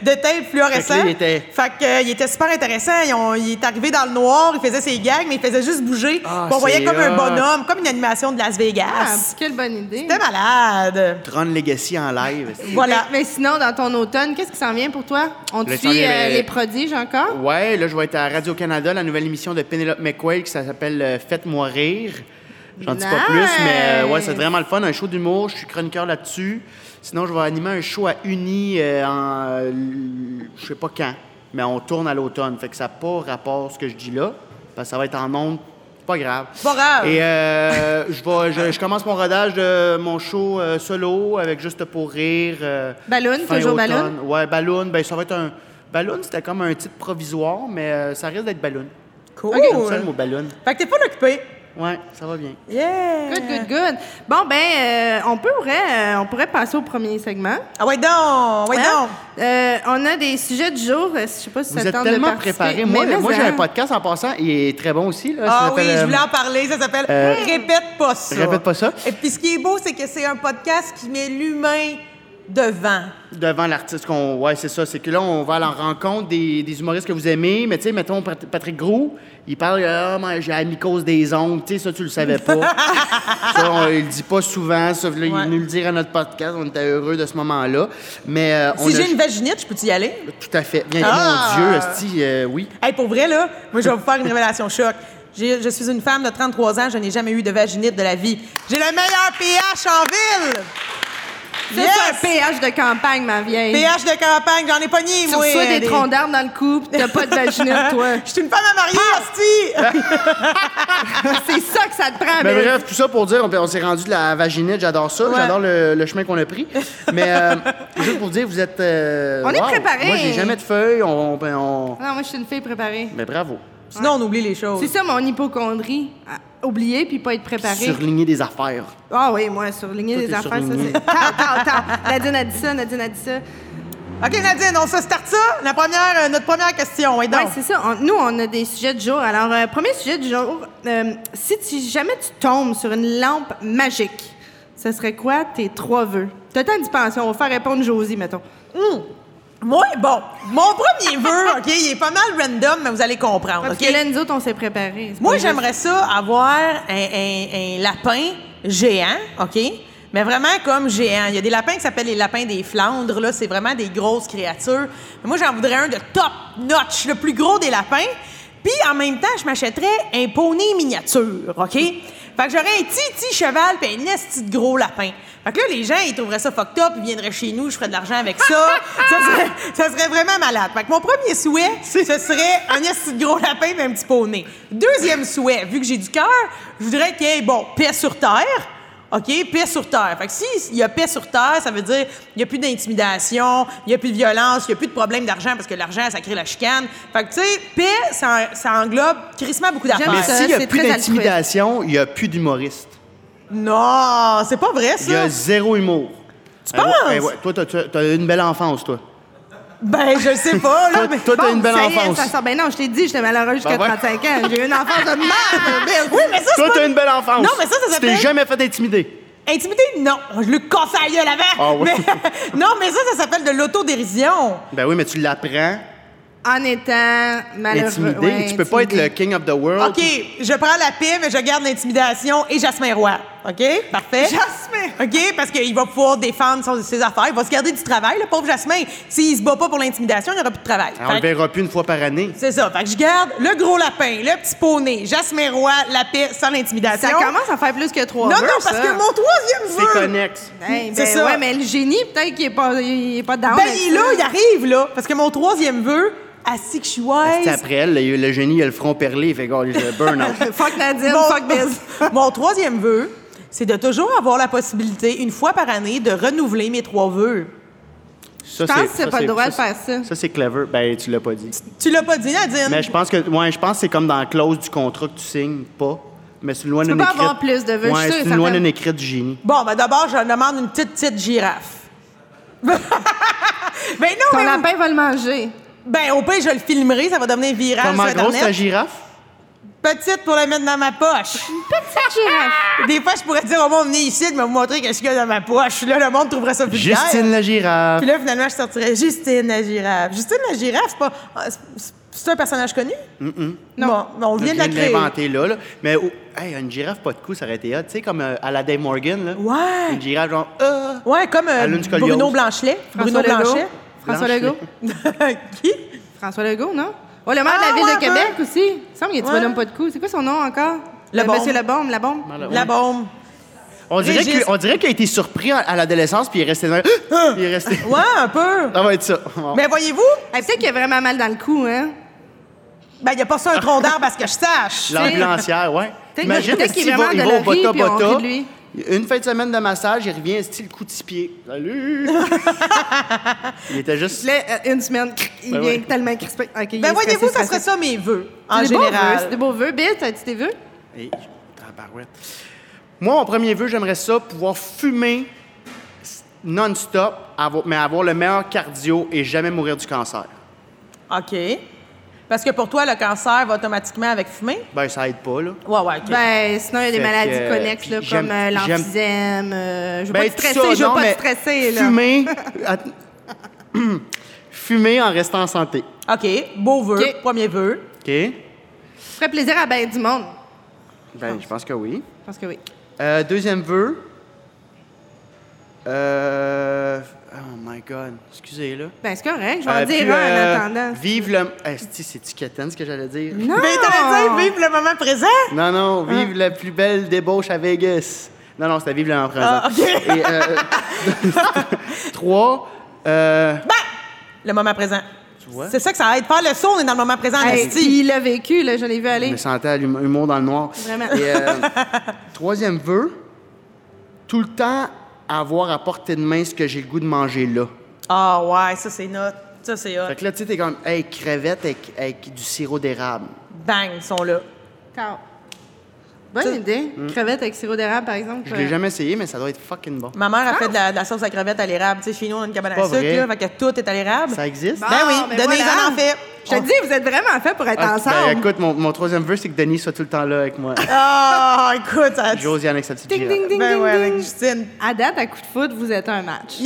Speaker 4: de tape fluorescent.
Speaker 5: Fait que là, il était-
Speaker 4: Fait que, euh, il était super intéressant. Ils ont- il est arrivé dans le noir, il faisait ses gags, mais il faisait juste bouger.
Speaker 5: Ah,
Speaker 4: Puis on voyait
Speaker 5: c'est
Speaker 4: comme un
Speaker 5: hot.
Speaker 4: bonhomme, comme une animation de Las
Speaker 3: Ah,
Speaker 4: Vegas.
Speaker 3: quelle bonne idée.
Speaker 4: C'était malade.
Speaker 5: Tron Legacy en live.
Speaker 4: Voilà.
Speaker 3: Mais, mais sinon, dans ton automne, qu'est-ce qui s'en vient pour toi? On te
Speaker 5: Le
Speaker 3: suit
Speaker 5: temps, il y
Speaker 3: euh,
Speaker 5: avait-
Speaker 3: les prodiges encore?
Speaker 5: Ouais, là, je vais être à Radio-Canada, la nouvelle émission de Penelope McQuaid qui s'appelle euh, Faites-moi rire. J'en dis pas plus, mais euh, ouais, c'est
Speaker 3: Nice.
Speaker 5: vraiment le fun. Un show d'humour, je suis chroniqueur là-dessus. Sinon, je vais animer un show à Uni euh, en. euh, je sais pas quand, mais on tourne à l'automne. Fait que ça n'a pas rapport ce que je dis là, parce que ça va être en ondes. C'est Pas grave.
Speaker 4: Pas grave.
Speaker 5: Et euh, je, vais, je, je commence mon rodage de mon show euh, solo avec Juste pour rire. euh,
Speaker 3: Balloon,
Speaker 5: fin
Speaker 3: toujours
Speaker 5: automne.
Speaker 3: Balloon?
Speaker 5: Ouais, Balloon, ben ça va être un. Balloon, c'était comme un titre provisoire, mais euh, ça risque d'être Balloon.
Speaker 4: Cool.
Speaker 5: J'aime ça le mot Balloon.
Speaker 4: Fait que t'es pas occupé.
Speaker 5: Ouais, ça va bien.
Speaker 4: Yeah!
Speaker 3: Good, good, good. Bon, ben, euh, on, pourrait, euh, on pourrait passer au premier segment.
Speaker 4: Ah ouais donc, ouais
Speaker 3: Hein?
Speaker 4: donc.
Speaker 3: Euh, on a des sujets du jour. Euh, Je sais pas si
Speaker 5: Vous
Speaker 3: ça
Speaker 5: êtes
Speaker 3: tente de
Speaker 5: tellement
Speaker 3: participer.
Speaker 5: préparé. Moi,
Speaker 3: Mais, mais,
Speaker 5: moi j'ai
Speaker 3: hein.
Speaker 5: un podcast en passant. Il est très bon aussi. Là, Ça
Speaker 4: Ah oui,
Speaker 5: s'appelle,
Speaker 4: je
Speaker 5: euh,
Speaker 4: voulais en parler. Ça s'appelle Répète pas ça.
Speaker 5: Répète pas ça.
Speaker 4: Et puis ce qui est beau, c'est que c'est un podcast qui met l'humain devant.
Speaker 5: devant l'artiste qu'on. Ouais, c'est ça. C'est que là, on va à la rencontre des, des humoristes que vous aimez. Mais tu sais, mettons Pat- Patrick Gros, il parle Ah, moi, j'ai la mycose des ongles. Tu sais, ça, tu le savais pas. ça, on, il le dit pas souvent. Ça, là, il
Speaker 4: Ouais.
Speaker 5: est venu le dire à notre podcast. On était heureux de ce moment-là. Mais euh, on
Speaker 4: Si
Speaker 5: a-
Speaker 4: j'ai une vaginite, je peux y aller?
Speaker 5: Tout à fait. Bien,
Speaker 4: Ah!
Speaker 5: Mon Dieu, esti, euh, oui.
Speaker 4: Hey, pour vrai, là, moi, je vais vous faire une révélation choc. J'ai- je suis une femme de 33 ans, je n'ai jamais eu de vaginite de la vie. J'ai le meilleur pH en ville!
Speaker 3: C'est
Speaker 4: Yes!
Speaker 3: ça, un pH de campagne, ma vieille.
Speaker 4: pH de campagne, j'en ai pas ni,
Speaker 3: tu
Speaker 4: moi.
Speaker 3: reçois
Speaker 4: euh,
Speaker 3: des troncs d'arbre dans le cou, pis t'as pas de vaginette, toi. Ah!
Speaker 4: Je suis une femme à marier, hostie!
Speaker 3: C'est ça que ça te prend,
Speaker 5: Mais
Speaker 3: Bill.
Speaker 5: bref, tout ça pour dire, on, on s'est rendu de la vaginette, j'adore ça, j'adore le, le chemin qu'on a pris. Mais euh, juste pour dire, vous êtes. euh,
Speaker 3: On est
Speaker 5: wow.
Speaker 3: préparés.
Speaker 5: Moi, j'ai jamais de feuilles. On, ben, on-
Speaker 3: Non, moi, je suis une fille préparée.
Speaker 5: Mais bravo.
Speaker 4: Sinon, on oublie les choses.
Speaker 3: C'est ça, mon hypochondrie. Ah, Oublier puis pas être préparée.
Speaker 5: Surligner des affaires.
Speaker 3: Ah oui, moi, surligner
Speaker 5: Tout
Speaker 3: les
Speaker 5: est
Speaker 3: affaires, ça,
Speaker 5: surligné.
Speaker 3: c'est... Tant, tant, tant. Nadine a dit ça, Nadine a dit ça.
Speaker 4: OK, Nadine, on se start ça? La première, euh, notre première question, ouais, donc.
Speaker 3: Ouais, c'est ça. On- nous, on a des sujets du jour. Alors, euh, premier sujet du jour, euh, si tu- jamais tu tombes sur une lampe magique, ce serait quoi tes trois vœux? T'as le temps d'y penser. On va faire répondre Josie, mettons. Hum.
Speaker 4: Moi, bon, mon premier vœu, OK, il est pas mal random, mais vous allez comprendre,
Speaker 3: Parce
Speaker 4: OK?
Speaker 3: que là, nous autres, on s'est préparés. C'est
Speaker 4: Moi,
Speaker 3: pas juste-
Speaker 4: j'aimerais ça avoir un, un- un lapin géant, OK? Mais vraiment comme géant. Il y a des lapins qui s'appellent les lapins des Flandres, là. C'est vraiment des grosses créatures. Mais moi, j'en voudrais un de top notch, le plus gros des lapins. Puis, en même temps, je m'achèterais un poney miniature, OK? Fait que j'aurais un petit, cheval puis un esti de gros lapin. Fait que là, les gens, ils trouveraient ça fucked up, ils viendraient chez nous, je ferais de l'argent avec ça. ça, serait, ça serait vraiment malade. Fait que mon premier souhait, ce serait un esti de gros lapin mais un petit poney. Deuxième souhait, vu que j'ai du cœur, je voudrais qu'il y ait, bon, paix sur terre. OK, paix sur terre. Fait que s'il y a paix sur terre, ça veut dire il n'y a plus d'intimidation, il n'y a plus de violence, il n'y a plus de problème d'argent parce que l'argent, ça crée la chicane. Fait que, tu sais, paix, ça, ça englobe crissement beaucoup d'affaires.
Speaker 3: J'aime
Speaker 5: Mais
Speaker 3: ça,
Speaker 5: s'il n'y a
Speaker 3: c'est
Speaker 5: plus
Speaker 3: très
Speaker 5: d'intimidation, il n'y a plus d'humoriste.
Speaker 4: Non, c'est pas vrai, ça.
Speaker 5: Il y a zéro humour. Ah Tu
Speaker 4: Ah! penses?
Speaker 5: Toi, t'as- t'as t'as une belle enfance, toi.
Speaker 4: Ben, je sais pas, là,
Speaker 5: Toi,
Speaker 4: mais...
Speaker 5: toi, t'as une belle
Speaker 3: ça y est,
Speaker 5: enfance.
Speaker 3: ça sort. Ben non, je t'ai dit, j'étais malheureuse jusqu'à
Speaker 5: Ben ouais.
Speaker 3: 35 ans. J'ai eu une enfance de merde. Bill.
Speaker 4: Oui, mais ça, c'est
Speaker 5: Toi,
Speaker 4: pas...
Speaker 5: t'as une belle enfance.
Speaker 4: Non, mais ça, ça
Speaker 5: Tu t'es
Speaker 4: s'appelle-
Speaker 5: jamais fait intimider.
Speaker 4: Intimidé, non. Je le casse à la gueule avant.
Speaker 5: Ah oui.
Speaker 4: Mais- Non, mais ça, ça s'appelle de l'autodérision.
Speaker 5: Ben oui, mais tu l'apprends,
Speaker 3: En étant malheureux.
Speaker 5: intimidé.
Speaker 3: ouais,
Speaker 5: tu peux pas être
Speaker 3: intimidé.
Speaker 5: le king of the world.
Speaker 4: OK, je prends la paix, mais je garde l'intimidation et Jasmin Roy. OK? Parfait.
Speaker 3: Jasmin!
Speaker 4: OK? Parce qu'il va pouvoir défendre son- ses affaires. Il va se garder du travail, le pauvre Jasmin. S'il se bat pas pour l'intimidation, il n'y aura plus de travail.
Speaker 5: Ah, On le
Speaker 4: Fait que-
Speaker 5: verra plus une fois par année.
Speaker 4: C'est ça. Fait que je garde le gros lapin, le petit poney, Jasmin Roy, la paix sans l'intimidation.
Speaker 3: Ça commence à faire plus que trois
Speaker 4: Non, non,
Speaker 3: vœux,
Speaker 4: parce
Speaker 3: ça.
Speaker 4: que mon troisième
Speaker 5: hein. C'est
Speaker 4: vœu...
Speaker 5: connexe.
Speaker 3: Hey, ben,
Speaker 4: C'est ça.
Speaker 3: Ouais, mais le génie, peut-être qu'il est pas, il est pas down.
Speaker 4: Ben,
Speaker 3: avec
Speaker 4: il est
Speaker 3: ça.
Speaker 4: là, il arrive, là. Parce que mon troisième vœu, assis que je suis wise.
Speaker 5: Ah, C'est après elle, le, le génie, il a le front perlé, il fait gars, le burn-out.
Speaker 3: Fuck Nadine,
Speaker 4: Mon-
Speaker 3: fuck Biz.
Speaker 4: Mon troisième vœu, c'est de toujours avoir la possibilité, une fois par année, de renouveler mes trois vœux.
Speaker 5: Ça,
Speaker 3: Je pense
Speaker 5: c'est-
Speaker 3: que c'est
Speaker 5: ça,
Speaker 3: pas le droit de
Speaker 5: c'est-
Speaker 3: faire ça.
Speaker 5: Ça, c'est clever. Ben, tu l'as pas dit.
Speaker 4: Tu l'as pas dit, Nadine?
Speaker 5: Mais je pense que ouais, je pense que c'est comme dans la clause du contrat que tu signes pas. Mais c'est une loi
Speaker 3: Tu
Speaker 5: non
Speaker 3: peux pas
Speaker 5: écrite.
Speaker 3: avoir plus de vœux, je suis
Speaker 5: ouais,
Speaker 3: sûre,
Speaker 5: c'est
Speaker 3: ça
Speaker 5: une loi
Speaker 3: fait-
Speaker 5: non écrite du génie.
Speaker 4: Bon, ben d'abord, je demande une petite, petite girafe. ben non,
Speaker 3: Ton
Speaker 4: mais-
Speaker 3: lapin va le manger.
Speaker 4: ben au pire, je le filmerai, ça va devenir
Speaker 3: Ah,
Speaker 4: viral
Speaker 5: Comment
Speaker 4: sur
Speaker 5: grosse
Speaker 4: Internet.
Speaker 5: ta girafe?
Speaker 4: Petite pour la mettre dans ma poche.
Speaker 3: Petite girafe.
Speaker 4: Des fois, je pourrais dire au monde, venez ici, de me montrer qu'est-ce qu'il y a dans ma poche. Là, le monde trouverait ça vulgaire.
Speaker 5: Justine la girafe.
Speaker 4: Puis là, finalement, je sortirais Justine la girafe. Justine la girafe, c'est pas. c'est- C'est un personnage connu? Non. on vient de la créer.
Speaker 5: l'inventer là, là. Mais oh, hey, une girafe pas de cou, ça aurait été hot. Tu sais, comme euh, à la Dave Morgan, là.
Speaker 4: Ouais.
Speaker 5: Une girafe genre Ah!
Speaker 4: Ouais, comme euh,
Speaker 5: Elle a une scoliose.
Speaker 4: Bruno Blanchet. Bruno
Speaker 3: François Legault.
Speaker 4: Blanchet.
Speaker 3: François Legault.
Speaker 4: Qui?
Speaker 3: François Legault, non? Oh, le maire de
Speaker 4: Ah,
Speaker 3: la ville
Speaker 4: ouais,
Speaker 3: de Québec aussi. Il me semble qu'il y a un petit
Speaker 4: Ouais.
Speaker 3: bonhomme pas de cou. C'est quoi son nom encore?
Speaker 4: La
Speaker 3: Le
Speaker 4: bombe.
Speaker 3: Monsieur Lebaume, la bombe.
Speaker 4: La bombe.
Speaker 5: On dirait
Speaker 4: Régis.
Speaker 5: qu'il on dirait qu'il a été surpris à à l'adolescence, puis il est resté dans- Ah! Il est resté.
Speaker 4: Ouais, un peu.
Speaker 5: Ça va être ça.
Speaker 4: Mais voyez-vous,
Speaker 3: Hey, Peut-être qu'il a vraiment mal dans le cou, hein?
Speaker 4: ben, il n'y a pas ça un tronc d'arbre à ce que je sache.
Speaker 5: L'ambulancière, ouais.
Speaker 3: Peut-être- peut-être qu'il est
Speaker 5: va-
Speaker 3: vraiment
Speaker 5: va
Speaker 3: doloré, puis on rit de lui.
Speaker 5: Une fin de semaine de massage, il revient, style coup de six pieds. Salut! il était juste.
Speaker 3: Là, euh, une semaine, il
Speaker 5: Ben
Speaker 3: vient
Speaker 5: ouais.
Speaker 3: tellement crispé. Ok, il est
Speaker 4: Ben, voyez-vous,
Speaker 3: stressé,
Speaker 4: ça
Speaker 3: stressé.
Speaker 4: serait ça mes vœux,
Speaker 3: C'est
Speaker 4: en
Speaker 3: des beaux vœux,
Speaker 4: général.
Speaker 3: C'est des beaux vœux. Bill, t'as-tu tes vœux?
Speaker 5: Hey, tabarouette. Moi, en premier vœu, j'aimerais ça, pouvoir fumer non-stop, avoir- mais avoir le meilleur cardio et jamais mourir du cancer.
Speaker 4: OK. Parce que pour toi, le cancer va automatiquement avec fumer?
Speaker 5: Ben, ça aide pas, là.
Speaker 4: Ouais, ouais, OK.
Speaker 3: Ben, sinon, il y a des
Speaker 5: Fait
Speaker 3: maladies
Speaker 5: que,
Speaker 3: connexes, là,
Speaker 5: j'aime-
Speaker 3: comme euh,
Speaker 5: j'aime-
Speaker 3: l'emphysème. euh, je veux
Speaker 5: Ben,
Speaker 3: pas te
Speaker 5: tout
Speaker 3: stresser,
Speaker 5: ça,
Speaker 3: je veux
Speaker 5: non,
Speaker 3: pas
Speaker 5: mais
Speaker 3: te stresser, là.
Speaker 5: Fumer, att- fumer en restant en santé.
Speaker 4: OK. Beau vœu,
Speaker 3: OK.
Speaker 4: premier vœu.
Speaker 5: OK?
Speaker 3: Ça ferait plaisir à ben du monde.
Speaker 5: Ben, je pense que oui.
Speaker 3: Je pense que oui.
Speaker 5: Euh, deuxième vœu. Euh... Oh my God. Excusez, là.
Speaker 3: Ben, c'est correct, je vais
Speaker 5: Euh,
Speaker 3: en dire
Speaker 5: puis,
Speaker 3: un
Speaker 5: euh,
Speaker 3: en attendant.
Speaker 5: Vive le... eh, Esti, c'est-tu quétaine, ce que j'allais dire?
Speaker 3: Non! Ah.
Speaker 4: Mais Ben, t'allais dire vivre le moment présent?
Speaker 5: Non, non, vive la plus belle débauche à Vegas. Non, non, c'était vive le en présent.
Speaker 4: Ah, OK.
Speaker 5: Et, euh, trois, euh,
Speaker 4: Le moment présent.
Speaker 5: vois?
Speaker 4: C'est ça que ça aide. Faire le saut, on est dans le moment présent.
Speaker 3: Hey,
Speaker 4: Nasty.
Speaker 3: puis il l'a vécu, là, je l'ai vu
Speaker 5: je
Speaker 3: aller.
Speaker 5: me sentais à l'hum- humour dans le noir.
Speaker 3: Vraiment.
Speaker 5: Et, euh, troisième vœu, tout le temps avoir à portée de main ce que j'ai le goût de manger là.
Speaker 4: Ah ouais, ça c'est notre. Ça c'est hot.
Speaker 5: Fait que là, tu sais, t'es comme, hey, crevette avec, avec du sirop d'érable.
Speaker 4: Bang, ils sont là.
Speaker 3: Ciao. Bonne
Speaker 4: Ça- Mm.
Speaker 3: idée. Crevette avec sirop d'érable, par exemple. euh,
Speaker 5: Je l'ai jamais essayé, mais ça doit être fucking bon.
Speaker 4: Ma
Speaker 3: Ah.
Speaker 4: mère a fait de la, de la sauce à crevettes à l'érable. Tu sais, chez nous, on a une cabane à
Speaker 5: Pas
Speaker 4: sucre,
Speaker 5: vrai.
Speaker 4: là, fait que tout est à l'érable.
Speaker 5: Ça existe?
Speaker 4: Ben oui, Denise, elle en fait.
Speaker 3: Ah, Je te dis, vous êtes vraiment faits pour être
Speaker 5: Ah,
Speaker 3: ensemble.
Speaker 5: ben, écoute, mon, mon troisième vœu, c'est que Denis soit tout le temps là avec moi.
Speaker 4: Ah, écoute, ça.
Speaker 5: Josiane avec sa petite
Speaker 3: Ding,
Speaker 5: girafe.
Speaker 3: ding, ding,
Speaker 4: ben
Speaker 3: ding,
Speaker 4: ouais,
Speaker 3: ding.
Speaker 4: avec Justine.
Speaker 3: À date, à coup de foot, vous êtes un match.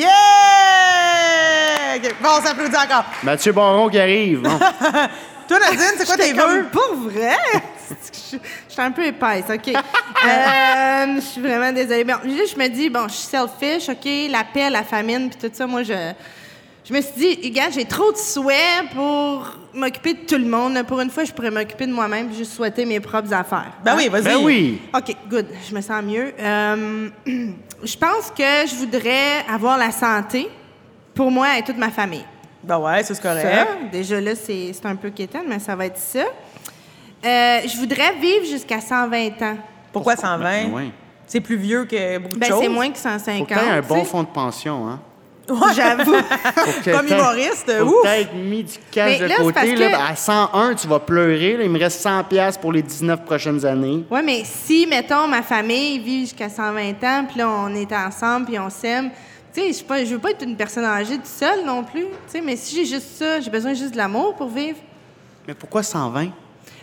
Speaker 4: Yeah! OK, Bon, on s'applaudit encore.
Speaker 5: Mathieu Baron qui arrive. Bon.
Speaker 4: Toi, Nadine, c'est quoi tes
Speaker 3: J'étais comme,
Speaker 4: vœux?
Speaker 3: pour vrai? Je je suis un peu épaisse, OK. Euh, je suis vraiment désolée. Bon, là, je me dis, bon, je suis selfish, OK, la paix, la famine, puis tout ça, moi, je... Je me suis dit, gars, j'ai trop de souhaits pour m'occuper de tout le monde. Pour une fois, je pourrais m'occuper de moi-même puis juste souhaiter mes propres affaires.
Speaker 4: Ben oui, vas-y.
Speaker 5: Ben oui.
Speaker 3: OK, good. Je me sens mieux. Euh, je pense que je voudrais avoir la santé pour moi et toute ma famille.
Speaker 4: Ben ouais, ça, c'est
Speaker 3: Ça,
Speaker 4: correct.
Speaker 3: déjà là, c'est c'est un peu quétaine, mais ça va être ça. Euh, je voudrais vivre jusqu'à 120 ans.
Speaker 4: Pourquoi 120?
Speaker 5: Ben ouais.
Speaker 4: C'est plus vieux que beaucoup de
Speaker 3: Ben,
Speaker 4: choses.
Speaker 3: c'est moins que
Speaker 5: Faut
Speaker 3: 150.
Speaker 5: que t'aies un
Speaker 3: tu
Speaker 5: bon
Speaker 3: sais.
Speaker 5: fonds de pension, hein?
Speaker 3: J'avoue.
Speaker 5: Faut que
Speaker 4: Comme
Speaker 5: t'aies-
Speaker 4: humoriste,
Speaker 5: faut
Speaker 4: ouf!
Speaker 5: que t'aies mis du cash
Speaker 3: Mais
Speaker 5: de
Speaker 3: là, c'est parce
Speaker 5: côté. là,
Speaker 3: que-
Speaker 5: ben, à 101, tu vas pleurer. là, il me reste 100 pièces pour les 19 prochaines années.
Speaker 3: Oui, mais si, mettons, ma famille vit jusqu'à 120 ans, puis là, on est ensemble, puis on s'aime, tu sais, je suis pas- je veux pas être une personne âgée toute seule non plus, tu sais, mais si j'ai juste ça, j'ai besoin juste de l'amour pour vivre.
Speaker 5: Mais pourquoi 120?